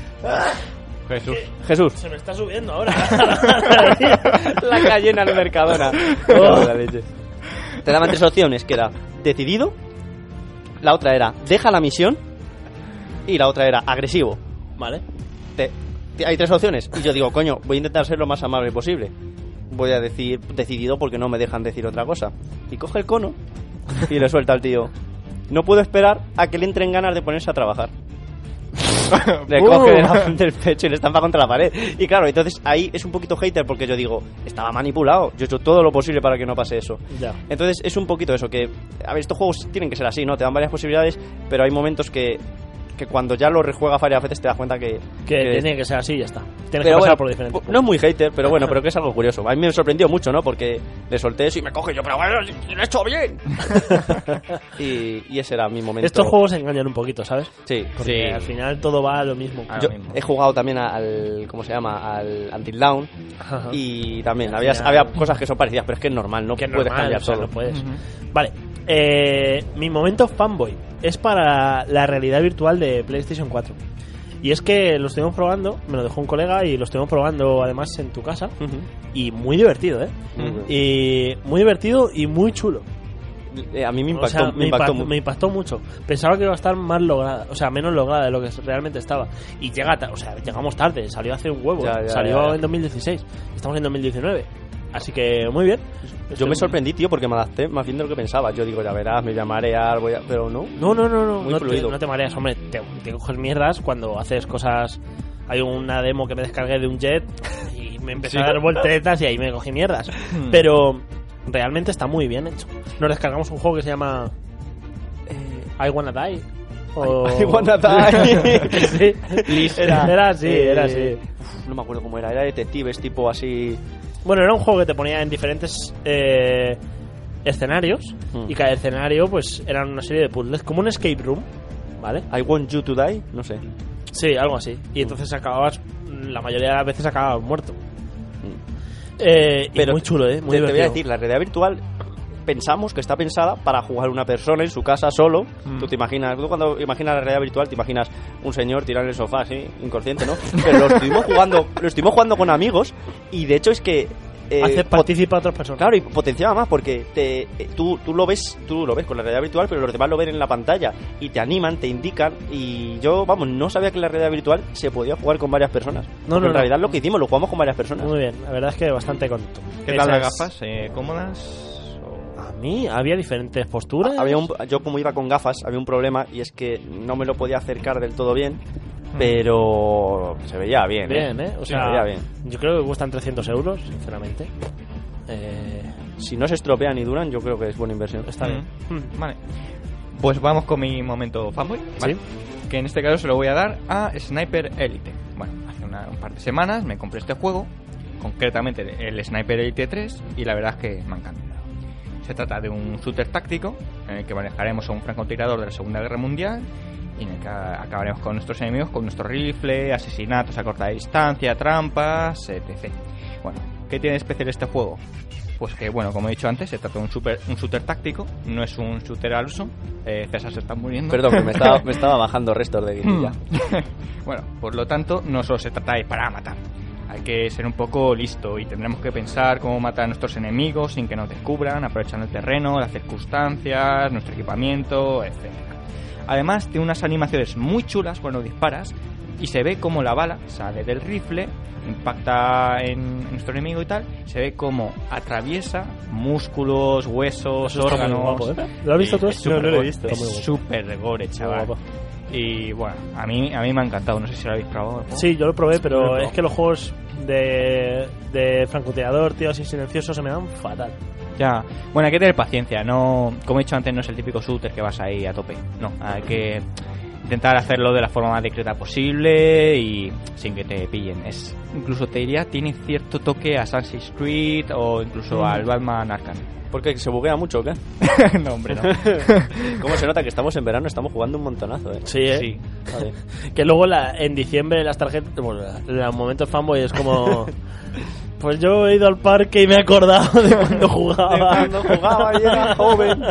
[SPEAKER 3] Jesús.
[SPEAKER 2] Jesús,
[SPEAKER 1] Se me está subiendo ahora.
[SPEAKER 2] <laughs> la calle en el <laughs> Mercadona.
[SPEAKER 1] Oh.
[SPEAKER 2] La leche. Te daban tres opciones, que era decidido, la otra era deja la misión y la otra era agresivo.
[SPEAKER 1] <laughs> vale.
[SPEAKER 2] te- te- hay tres opciones. Y yo digo, coño, voy a intentar ser lo más amable posible. Voy a decir decidido porque no me dejan decir otra cosa. Y coge el cono y le suelta al tío. No puedo esperar a que le entren ganas de ponerse a trabajar. Le
[SPEAKER 3] Uh.
[SPEAKER 1] Uh.
[SPEAKER 2] coge de la- del pecho y le estampa contra la pared. Y claro, entonces ahí es un poquito hater porque yo digo, estaba manipulado. Yo he hecho todo lo posible para que no pase eso.
[SPEAKER 1] Ya.
[SPEAKER 2] Entonces es un poquito eso, que, a ver, estos juegos tienen que ser así, ¿no? Te dan varias posibilidades, pero hay momentos que, que cuando ya lo rejuega varias veces te das cuenta que...
[SPEAKER 1] Que tiene que ser así y ya está. Tienes que
[SPEAKER 2] pero
[SPEAKER 1] pasar
[SPEAKER 2] bueno,
[SPEAKER 1] por diferentes.
[SPEAKER 2] pu- no es muy hater, pero bueno, pero que es algo curioso. A mí me sorprendió mucho, ¿no? Porque le solté eso y me coge y yo, pero bueno, si- si lo he
[SPEAKER 1] <laughs>
[SPEAKER 2] hecho bien. <laughs> y, y ese era mi momento.
[SPEAKER 1] Estos juegos engañan un poquito, ¿sabes?
[SPEAKER 2] Sí,
[SPEAKER 1] Porque
[SPEAKER 3] Sí.
[SPEAKER 1] al final todo va a lo mismo.
[SPEAKER 3] A lo
[SPEAKER 2] Yo
[SPEAKER 3] mismo.
[SPEAKER 2] he jugado también al, ¿cómo se llama? Al Until Dawn
[SPEAKER 1] Ajá.
[SPEAKER 2] y también había,
[SPEAKER 1] final-
[SPEAKER 2] había cosas que son parecidas, pero es que es normal, no
[SPEAKER 1] que
[SPEAKER 2] puedes
[SPEAKER 1] normal,
[SPEAKER 2] cambiar
[SPEAKER 1] o sea,
[SPEAKER 2] todo.
[SPEAKER 1] no puedes. Vale. eh, mi momento fanboy es para la realidad virtual de PlayStation 4. Y es que lo estuvimos probando, me lo dejó un colega y lo estuvimos probando además en tu casa.
[SPEAKER 2] Ujú.
[SPEAKER 1] Y muy divertido, ¿eh?
[SPEAKER 2] Ujú.
[SPEAKER 1] Y muy divertido y muy chulo.
[SPEAKER 2] Eh, A mí me
[SPEAKER 1] O
[SPEAKER 2] impactó,
[SPEAKER 1] sea,
[SPEAKER 2] me impactó
[SPEAKER 1] impactó-
[SPEAKER 2] mu-
[SPEAKER 1] me impactó mucho. Pensaba que iba a estar más lograda, o sea, menos lograda de lo que realmente estaba. Y llega, ta- o sea, llegamos tarde, salió hace un huevo,
[SPEAKER 2] Ya, ya,
[SPEAKER 1] salió
[SPEAKER 2] ya, ya.
[SPEAKER 1] en 2016, estamos en 2019. Así que muy bien.
[SPEAKER 2] Yo me
[SPEAKER 1] Estoy-
[SPEAKER 2] sorprendí, tío, porque me adapté más bien de lo que pensaba. Yo digo, ya verás, me voy a marear, voy a... Pero no.
[SPEAKER 1] No, no, no, no.
[SPEAKER 2] Muy
[SPEAKER 1] no, te,
[SPEAKER 2] fluido.
[SPEAKER 1] no te mareas, hombre. Te, te coges mierdas cuando haces cosas. Hay una demo que me descargué de un jet y me empecé a dar volteretas y ahí me cogí mierdas.
[SPEAKER 2] Mm.
[SPEAKER 1] Pero realmente está muy bien hecho. Nos descargamos un juego que se llama eh, I Wanna Die. O...
[SPEAKER 2] <laughs> I wanna die.
[SPEAKER 1] <laughs> sí. Era, era así,
[SPEAKER 2] eh,
[SPEAKER 1] era así.
[SPEAKER 2] uf, No me acuerdo cómo era, era detectives, tipo así.
[SPEAKER 1] Bueno, era un juego que te ponía en diferentes eh, escenarios
[SPEAKER 2] Hmm.
[SPEAKER 1] y cada escenario pues era una serie de puzzles, como un escape room, ¿vale?
[SPEAKER 2] I want you to die, no sé.
[SPEAKER 1] Sí, algo así. Y entonces acababas, la mayoría de las veces acababas muerto. Eh, y muy chulo, ¿eh? Muy
[SPEAKER 2] Mm. te, te voy a
[SPEAKER 1] divertido.
[SPEAKER 2] decir, la realidad virtual pensamos que está pensada para jugar una persona en su casa solo.
[SPEAKER 1] Mm.
[SPEAKER 2] Tú te imaginas, tú cuando imaginas la realidad virtual te imaginas un señor tirado en el sofá, así,
[SPEAKER 1] <laughs>
[SPEAKER 2] inconsciente, ¿no? Pero lo estuvimos jugando, lo estuvimos jugando con amigos y de hecho es que eh,
[SPEAKER 1] Hace
[SPEAKER 2] pot-
[SPEAKER 1] participa a otras personas.
[SPEAKER 2] Claro, y potenciaba más porque te, eh, tú, tú lo ves, tú lo ves con la realidad virtual, pero los demás lo ven en la pantalla y te animan, te indican y yo, vamos, no sabía que la realidad virtual se podía jugar con varias personas.
[SPEAKER 1] No, no,
[SPEAKER 2] en
[SPEAKER 1] no.
[SPEAKER 2] realidad lo que hicimos lo jugamos con varias personas.
[SPEAKER 1] Muy bien, la verdad es que bastante contento.
[SPEAKER 3] ¿Qué tal las
[SPEAKER 1] Esas-
[SPEAKER 3] gafas? Eh, ¿Cómodas? O-
[SPEAKER 1] A mí había diferentes posturas.
[SPEAKER 2] Había un- yo como iba con gafas había un problema y es que no me lo podía acercar del todo bien, pero se veía bien.
[SPEAKER 1] Mm. Bien, ¿eh? O
[SPEAKER 2] Sí,
[SPEAKER 1] sea,
[SPEAKER 2] ya bien.
[SPEAKER 1] yo creo que cuestan 300 euros, sinceramente. Eh,
[SPEAKER 2] Si no se estropean y duran, yo creo que es buena inversión.
[SPEAKER 1] está bien.
[SPEAKER 3] Mm, Vale. Pues vamos con mi momento fanboy. ¿vale?
[SPEAKER 1] Sí.
[SPEAKER 3] Que en este caso se lo voy a dar a Sniper Elite. Bueno, hace una- un par de semanas me compré este juego, concretamente el Sniper Elite 3, y la verdad es que me ha encantado. Se trata de un shooter táctico en el que manejaremos a un francotirador de la Segunda Guerra Mundial y en el que acabaremos con nuestros enemigos con nuestro rifle, asesinatos a corta distancia, trampas, etc. Bueno, ¿qué tiene de especial este juego? Pues que, bueno, como he dicho antes, se trata de un, super, un shooter táctico, no es un shooter al uso. Eh, César se está muriendo.
[SPEAKER 2] Mm. Perdón, que me estaba,
[SPEAKER 1] <laughs>
[SPEAKER 2] me estaba bajando restos de guindilla.
[SPEAKER 1] Hmm.
[SPEAKER 3] <laughs> bueno, por lo tanto, no solo se trata de disparar a matar. Hay que ser un poco listo y tendremos que pensar cómo matar a nuestros enemigos sin que nos descubran, aprovechando el terreno, las circunstancias, nuestro equipamiento, etc. Además, tiene unas animaciones muy chulas cuando disparas y se ve cómo la bala sale del rifle, impacta en nuestro enemigo y tal, se ve cómo atraviesa músculos, huesos,
[SPEAKER 1] Eso está muy
[SPEAKER 3] órganos.
[SPEAKER 1] guapo, ¿eh? ¿Lo has visto tú?
[SPEAKER 3] Es
[SPEAKER 1] No, no lo he
[SPEAKER 3] supergore,
[SPEAKER 1] visto.
[SPEAKER 3] Es
[SPEAKER 1] Está muy guapo.
[SPEAKER 3] súper gore, chaval.
[SPEAKER 1] guapo.
[SPEAKER 3] Y bueno, a mí, a mí me ha encantado, no sé si lo habéis probado. ¿no?
[SPEAKER 1] Sí, yo lo probé,
[SPEAKER 3] Yo lo
[SPEAKER 1] pero
[SPEAKER 3] probé.
[SPEAKER 1] es que los juegos de, de francotirador, tío, así silencioso, se me dan fatal.
[SPEAKER 3] Ya. Bueno, hay que tener paciencia, no, como he dicho antes, no es el típico shooter que vas ahí a tope. No, hay que intentar hacerlo de la forma más discreta posible y sin que te pillen. Es, incluso te diría, tiene cierto toque a Assassin's Creed o incluso
[SPEAKER 1] Mm.
[SPEAKER 3] al Batman Arkham. <laughs>
[SPEAKER 2] Porque se buguea mucho, ¿o ¿qué?
[SPEAKER 3] no, hombre, no.
[SPEAKER 2] ¿Cómo se nota que estamos en verano? Estamos jugando un
[SPEAKER 1] <laughs>
[SPEAKER 2] montonazo, ¿eh?
[SPEAKER 1] Sí, <laughs> ¿eh?
[SPEAKER 3] Sí.
[SPEAKER 2] Vale.
[SPEAKER 1] Que luego la, en diciembre las tarjetas. Bueno, la- los momentos fanboy es <laughs> como. Pues yo he ido al parque y me he acordado de cuando jugaba.
[SPEAKER 2] De cuando jugaba y era joven.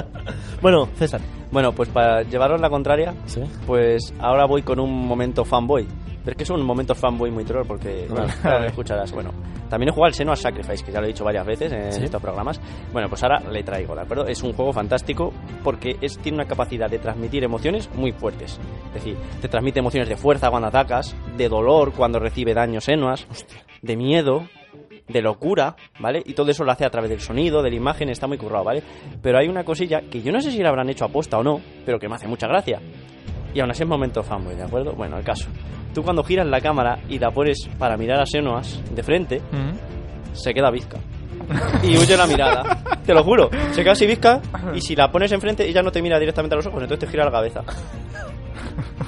[SPEAKER 1] Bueno, César.
[SPEAKER 2] Bueno, pues para llevaros la contraria,
[SPEAKER 1] <laughs> Sí.
[SPEAKER 2] pues ahora voy con un momento fanboy. Pero es que es un momento fanboy muy troll porque bueno, ahora lo escucharás. Bueno, también he jugado al Seno a Sacrifice, que ya lo he dicho varias veces en
[SPEAKER 1] Sí.
[SPEAKER 2] estos programas. Bueno, pues ahora le traigo, ¿de acuerdo? Es un juego fantástico porque es, tiene una capacidad de transmitir emociones muy fuertes. Es decir, te transmite emociones de fuerza cuando atacas, de dolor cuando recibe daños Senuas, de miedo, de locura, ¿vale? Y todo eso lo hace a través del sonido, de la imagen, está muy currado, ¿vale? Pero hay una cosilla que yo no sé si la habrán hecho aposta o no, pero que me hace mucha gracia. Y aún así es momento fanboy, ¿de acuerdo? Bueno, el caso. Tú cuando giras la cámara y la pones para mirar a Senoas de frente,
[SPEAKER 1] Mm.
[SPEAKER 2] se queda bizca. Y huye la mirada. Te lo juro. Se queda así bizca y si la pones enfrente, ella no te mira directamente a los ojos, entonces te gira la cabeza.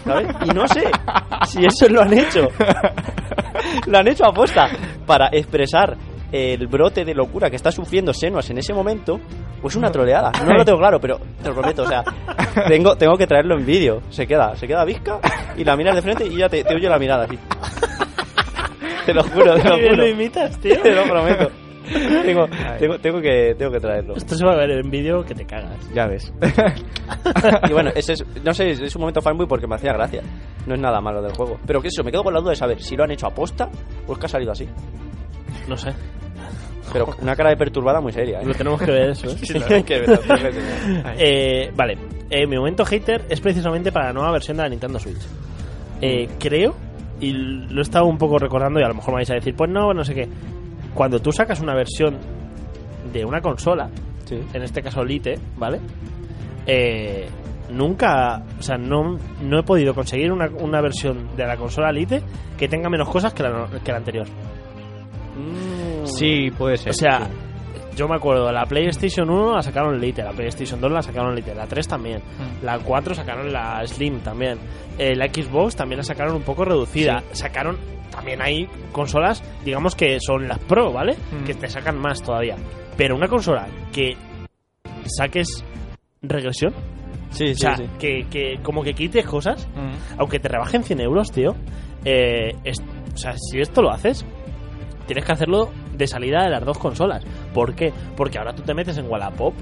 [SPEAKER 2] ¿sabes? Y no sé si eso lo han hecho. lo han hecho aposta para expresar el brote de locura que está sufriendo Senuas en ese momento, pues una troleada. No lo tengo claro, pero te lo prometo, o sea, tengo, tengo que traerlo en vídeo. Se queda, se queda visca y la miras de frente y ya te, te huye la mirada así. Te lo juro, te lo
[SPEAKER 1] Qué bien
[SPEAKER 2] juro.
[SPEAKER 1] lo imitas,
[SPEAKER 2] <laughs>
[SPEAKER 1] tío.
[SPEAKER 2] Te lo
[SPEAKER 1] <laughs>
[SPEAKER 2] prometo. Tengo, tengo, tengo que, tengo que traerlo.
[SPEAKER 1] Esto se va a ver en vídeo que te cagas.
[SPEAKER 2] Ya ves.
[SPEAKER 1] Mm.
[SPEAKER 2] y bueno, ese es, no sé, es un momento fanboy porque me hacía gracia. No es nada malo del juego. Pero que eso, me quedo con la duda de saber si lo han hecho aposta o es que ha salido así.
[SPEAKER 1] No sé. <laughs>
[SPEAKER 2] Pero una cara de perturbada muy seria. <laughs> ¿eh?
[SPEAKER 1] Lo tenemos que ver <laughs> eso, ¿eh?
[SPEAKER 2] Que me lo- me lo-
[SPEAKER 1] Eh, vale, Eh, mi momento hater es precisamente para la nueva versión de la Nintendo Switch. Eh, creo, y lo he estado un poco recordando, y a lo mejor me vais a decir, pues no, no sé qué. Cuando tú sacas una versión de una consola,
[SPEAKER 2] Sí.
[SPEAKER 1] en este caso Lite, ¿vale? Eh, nunca, o sea, no, no he podido conseguir una, una versión de la consola Lite que tenga menos cosas que la, que la anterior. Mm.
[SPEAKER 3] Sí, puede ser.
[SPEAKER 1] O sea, yo me acuerdo, la PlayStation 1 la sacaron Lite, la PlayStation 2 la sacaron Lite, la 3 también,
[SPEAKER 3] Mm.
[SPEAKER 1] la 4 sacaron la Slim también, eh, la Xbox también la sacaron un poco reducida, sacaron también hay consolas, digamos que son las Pro, ¿vale?
[SPEAKER 3] Mm.
[SPEAKER 1] Que te sacan más todavía. Pero una consola que saques regresión,
[SPEAKER 2] Sí, sí,
[SPEAKER 1] o sea,
[SPEAKER 2] sí.
[SPEAKER 1] que, que como que quites cosas,
[SPEAKER 3] Mm.
[SPEAKER 1] aunque te rebajen 100 euros, tío, eh, es- o sea, si esto lo haces, tienes que hacerlo de salida de las dos consolas. ¿Por qué? Porque ahora tú te metes en Wallapop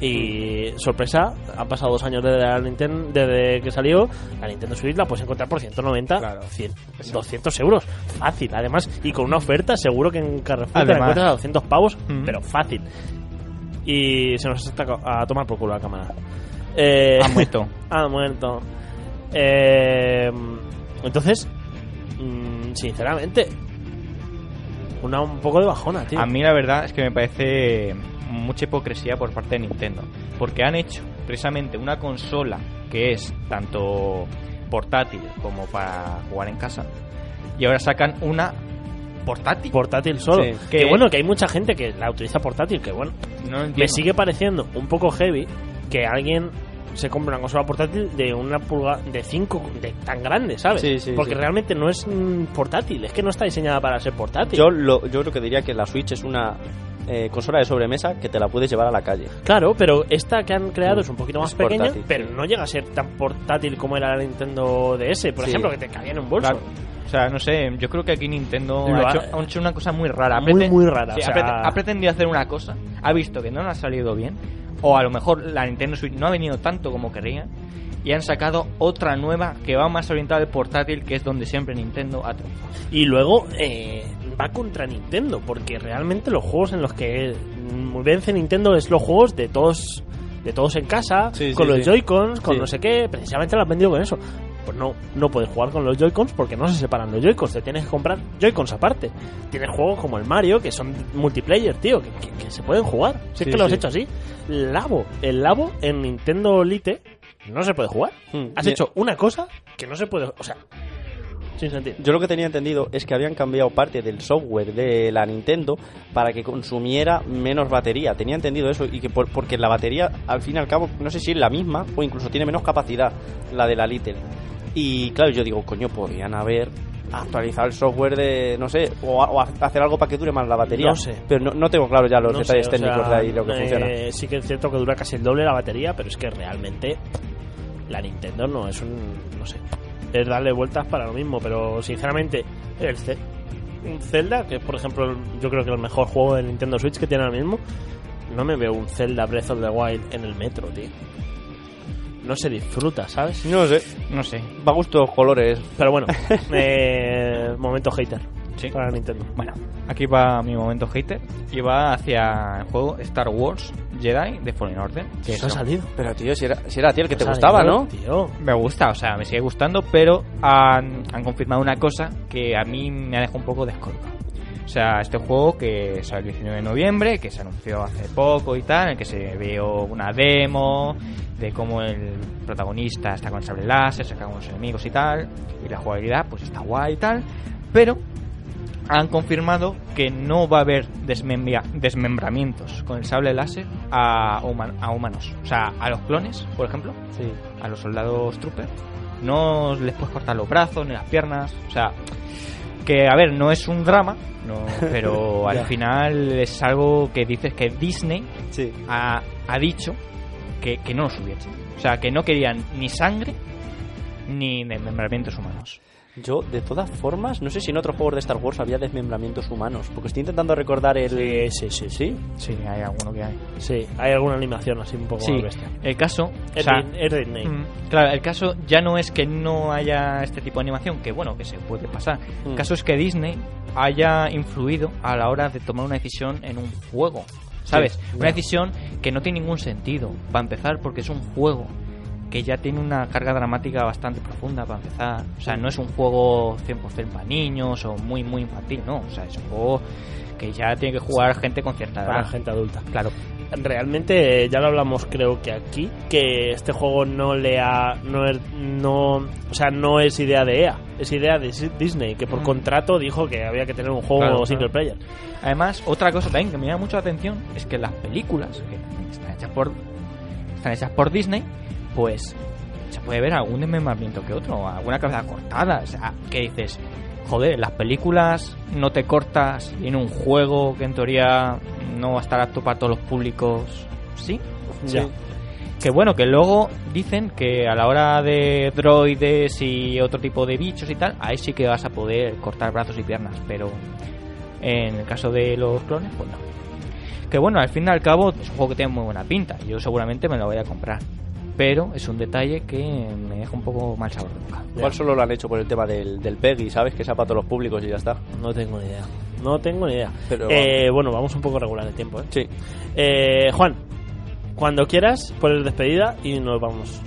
[SPEAKER 1] y,
[SPEAKER 3] Mm.
[SPEAKER 1] sorpresa, han pasado dos años desde, la Ninten- desde que salió, la Nintendo Switch la puedes encontrar por 190,
[SPEAKER 3] Claro.
[SPEAKER 1] 100, 200 euros. Fácil, además, y con una oferta seguro que en Carrefour te la
[SPEAKER 3] Además.
[SPEAKER 1] encuentras a 200 pavos,
[SPEAKER 3] Mm.
[SPEAKER 1] pero fácil. Y se nos está a tomar por culo la cámara. Eh, <laughs>
[SPEAKER 3] Ha muerto.
[SPEAKER 1] ha muerto. Eh, entonces, mm, sinceramente, una un poco de bajona, tío.
[SPEAKER 3] A mí la verdad es que me parece mucha hipocresía por parte de Nintendo. Porque han hecho precisamente una consola que es tanto portátil como para jugar en casa. Y ahora sacan una portátil.
[SPEAKER 1] portátil solo.
[SPEAKER 2] Sí.
[SPEAKER 1] que,
[SPEAKER 3] Que-
[SPEAKER 1] bueno, que hay mucha gente que la utiliza portátil, que bueno.
[SPEAKER 3] No lo
[SPEAKER 1] Me
[SPEAKER 3] entiendo.
[SPEAKER 1] sigue pareciendo un poco heavy que alguien se compre una consola portátil de una pulga de 5 de tan grande, ¿sabes?
[SPEAKER 2] Sí, sí,
[SPEAKER 1] Porque
[SPEAKER 2] sí.
[SPEAKER 1] realmente no es mm, portátil, es que no está diseñada para ser portátil.
[SPEAKER 2] Yo lo, yo lo que diría que la Switch es una eh, consola de sobremesa que te la puedes llevar a la calle.
[SPEAKER 1] Claro, pero esta que han creado es un poquito más
[SPEAKER 2] Mm, Es
[SPEAKER 1] pequeña,
[SPEAKER 2] portátil,
[SPEAKER 1] pero
[SPEAKER 2] sí.
[SPEAKER 1] no llega a ser tan portátil como era la Nintendo DS, por
[SPEAKER 2] Sí.
[SPEAKER 1] ejemplo, que te cabía en un bolso.
[SPEAKER 3] Claro. O sea, no sé, yo creo que aquí Nintendo
[SPEAKER 1] Lo ha-
[SPEAKER 3] ha hecho, ha hecho una cosa muy rara. Ha
[SPEAKER 1] Muy,
[SPEAKER 3] preten-
[SPEAKER 1] muy rara,
[SPEAKER 3] sí,
[SPEAKER 1] o sea-
[SPEAKER 3] ha preten- ha pretendido hacer una cosa, ha visto que no le ha salido bien, o a lo mejor la Nintendo Switch no ha venido tanto como querían, y han sacado otra nueva que va más orientada al portátil, que es donde siempre Nintendo ha triunfado.
[SPEAKER 1] Y luego eh, va contra Nintendo, porque realmente los juegos en los que mm, vence Nintendo es los juegos de todos de todos en casa,
[SPEAKER 2] Sí, sí,
[SPEAKER 1] con los
[SPEAKER 2] sí.
[SPEAKER 1] Joy-Cons, con
[SPEAKER 2] Sí.
[SPEAKER 1] no sé qué, precisamente lo han vendido con eso. Pues no, no puedes jugar con los Joy-Cons porque no se separan los Joy-Cons, te tienes que comprar Joy-Cons aparte. Tienes juegos como el Mario, que son multiplayer, tío, que, que- que se pueden jugar. Si es
[SPEAKER 2] Sí,
[SPEAKER 1] que lo has
[SPEAKER 2] sí.
[SPEAKER 1] hecho así. Labo, el Labo en Nintendo Lite no se puede jugar.
[SPEAKER 2] Hmm.
[SPEAKER 1] Has
[SPEAKER 2] Bien.
[SPEAKER 1] hecho una cosa que no se puede, o sea, sin sentido.
[SPEAKER 2] Yo lo que tenía entendido es que habían cambiado parte del software de la Nintendo para que consumiera menos batería. Tenía entendido eso y que por- porque la batería, al fin y al cabo, no sé si es la misma o incluso tiene menos capacidad la de la Little. Y claro, yo digo, coño, podrían haber actualizado el software de, no sé, o, a- o a- hacer algo para que dure más la batería.
[SPEAKER 1] No sé.
[SPEAKER 2] Pero no, no tengo claro ya los
[SPEAKER 1] No
[SPEAKER 2] detalles
[SPEAKER 1] sé, o
[SPEAKER 2] técnicos
[SPEAKER 1] sea,
[SPEAKER 2] de ahí, lo que
[SPEAKER 1] eh,
[SPEAKER 2] funciona.
[SPEAKER 1] Sí que es cierto que dura casi el doble la batería, pero es que realmente la Nintendo no es un... no sé. Es darle vueltas para lo mismo, pero sinceramente el Ce- Zelda, que es por ejemplo el- yo creo que el mejor juego de Nintendo Switch que tiene ahora mismo, no me veo un Zelda Breath of the Wild en el metro, tío. No se disfruta, ¿sabes?
[SPEAKER 2] No sé,
[SPEAKER 3] No sé.
[SPEAKER 2] va a gustos colores.
[SPEAKER 1] Pero
[SPEAKER 2] <laughs>
[SPEAKER 1] bueno, eh, momento hater
[SPEAKER 3] Sí.
[SPEAKER 1] para Nintendo.
[SPEAKER 3] Bueno, aquí va mi momento hater, y va hacia el juego Star Wars Jedi de Fallen Order. que
[SPEAKER 1] Eso ha
[SPEAKER 3] es-
[SPEAKER 1] salido.
[SPEAKER 2] Pero tío, si era, si era a ti el que te
[SPEAKER 1] Eso ha
[SPEAKER 2] gustaba,
[SPEAKER 1] salido,
[SPEAKER 2] ¿no?
[SPEAKER 1] Pues Tío.
[SPEAKER 3] Me gusta, o sea, me sigue gustando, pero han, han confirmado una cosa que a mí me ha dejado un poco descolocado. O sea, este juego que sale el 19 de noviembre, que se anunció hace poco y tal, en el que se vio una demo de cómo el protagonista está con el sable láser, saca con los enemigos y tal, y la jugabilidad pues está guay y tal, pero han confirmado que no va a haber desmembia- desmembramientos con el sable láser a, human- a humanos. O sea, a los clones, por ejemplo,
[SPEAKER 2] Sí.
[SPEAKER 3] a los soldados trooper, no les puedes cortar los brazos ni las piernas. O sea, que a ver, no es un drama, no, pero al
[SPEAKER 2] Ya.
[SPEAKER 3] final es algo que dices que Disney
[SPEAKER 2] Sí.
[SPEAKER 3] ha, ha dicho que, que no los hubiese. O sea, que no querían ni sangre ni desmembramientos humanos.
[SPEAKER 2] Yo, de todas formas, no sé si en otros juegos de Star Wars había desmembramientos humanos, porque estoy intentando recordar el...
[SPEAKER 1] Sí, sí, sí.
[SPEAKER 2] ¿Sí?
[SPEAKER 3] Sí, hay alguno que hay.
[SPEAKER 1] Sí, hay alguna animación así un poco
[SPEAKER 3] Sí,
[SPEAKER 1] bestia.
[SPEAKER 3] el caso. o
[SPEAKER 1] Es
[SPEAKER 3] sea,
[SPEAKER 1] Di- es Disney.
[SPEAKER 3] mm, claro, el caso ya no es que no haya este tipo de animación, que bueno, que se puede pasar.
[SPEAKER 2] Mm.
[SPEAKER 3] El caso es que Disney haya influido a la hora de tomar una decisión en un juego. ¿Sabes? Una decisión que no tiene ningún sentido, para empezar, porque es un juego que ya tiene una carga dramática bastante profunda, para empezar. O sea, no es un juego 100% para niños o muy, muy infantil, no. O sea, es un juego que ya tiene que jugar gente con cierta
[SPEAKER 1] Para
[SPEAKER 3] edad.
[SPEAKER 1] gente adulta.
[SPEAKER 3] Claro,
[SPEAKER 1] Realmente eh, ya lo hablamos creo que aquí que este juego no le ha no es- no o sea no es idea de EA es idea de Si- Disney que por
[SPEAKER 3] Mm.
[SPEAKER 1] contrato dijo que había que tener un juego
[SPEAKER 3] Claro,
[SPEAKER 1] single player
[SPEAKER 3] Además, otra cosa también que me llama mucho la atención es que las películas que también están hechas por están hechas por Disney, pues se puede ver algún desmembramiento que otro, alguna cabeza cortada, o sea, que dices, joder, en las películas no te cortas y en un juego que en teoría no va a estar apto para todos los públicos, sí,
[SPEAKER 1] ya
[SPEAKER 3] que bueno, que luego dicen que a la hora de droides y otro tipo de bichos y tal, ahí sí que vas a poder cortar brazos y piernas, pero en el caso de los clones, pues no. Que bueno, al fin y al cabo es un juego que tiene muy buena pinta, yo seguramente me lo voy a comprar, pero es un detalle que me deja un poco mal sabor de boca.
[SPEAKER 2] Igual solo lo han hecho por el tema del, del Peggy, ¿sabes? Que es para todos los públicos y ya está.
[SPEAKER 1] no tengo ni idea no tengo ni idea
[SPEAKER 2] Pero-
[SPEAKER 1] Eh, bueno vamos un poco regular de tiempo ¿eh?
[SPEAKER 2] Sí.
[SPEAKER 1] Eh, Juan cuando quieras pones despedida y nos vamos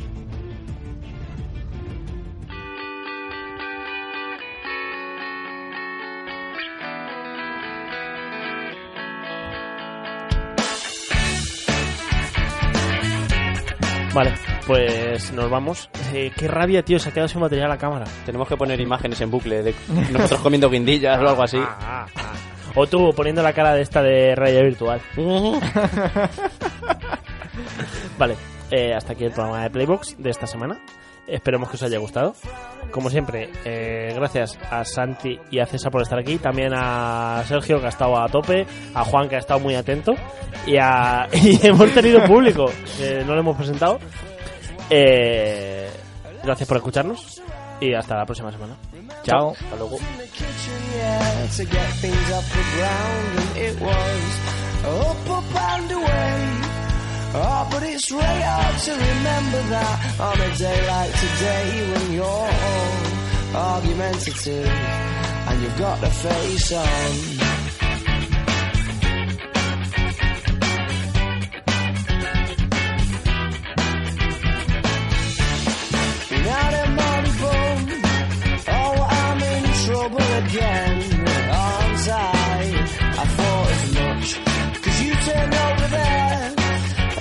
[SPEAKER 1] Vale, pues nos vamos. Eh, qué rabia, tío, se ha quedado sin batería la cámara.
[SPEAKER 2] Tenemos que poner imágenes en bucle de nosotros comiendo guindillas o algo
[SPEAKER 1] Ah,
[SPEAKER 2] así.
[SPEAKER 1] O tú poniendo la cara de esta de realidad virtual. vale, eh, hasta aquí el programa de Playbox de esta semana. Esperemos que os haya gustado. Como siempre, eh, gracias a Santi y a César por estar aquí. También a Sergio que ha estado a tope, a Juan que ha estado muy atento y, a, <laughs> y hemos tenido público. eh, no lo hemos presentado. Eh, gracias por escucharnos y hasta la próxima semana.
[SPEAKER 3] Chao.
[SPEAKER 2] Hasta luego.
[SPEAKER 9] in the kitchen, yeah, to get things off the ground, and it was up, up and away. Oh, but it's really hard to remember that on a day like today when you're all argumentative and you've got a face on. Not a mouthful. Oh, I'm in trouble again, aren't I? I thought as much. Cause you turned over there,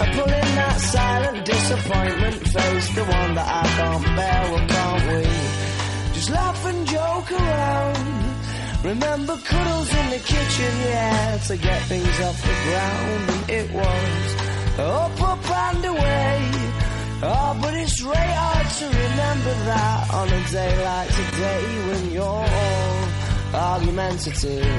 [SPEAKER 9] and pulling that silent disappointment face, the one that I can't bear, well, can't we? Just laugh and joke around. Remember cuddles in the kitchen, yeah, to get things off the ground, and it was up, up and away. Oh, but it's really hard to remember that on a day like today when you're all argumentative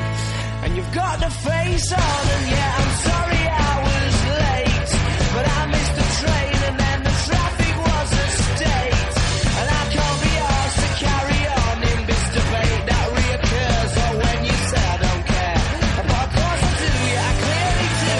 [SPEAKER 9] and you've got the face on. And yeah, I'm sorry I was late, but I missed the train and then the traffic was a state. And I can't be asked to carry on in this debate that reoccurs. Or when you say I don't care, but of course I do. Yeah, I clearly do.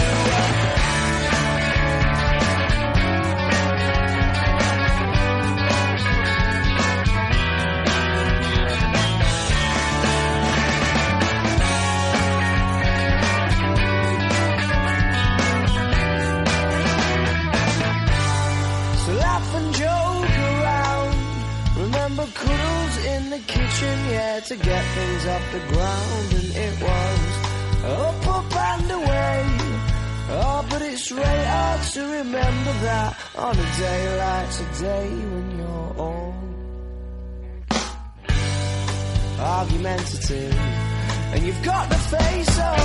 [SPEAKER 9] So laugh and joke around. Remember cuddles in the kitchen, yeah, to get things off the ground. And it was up, up and away. Oh, but it's really hard to remember that on a day like today when you're all argumentative. And you've got the face of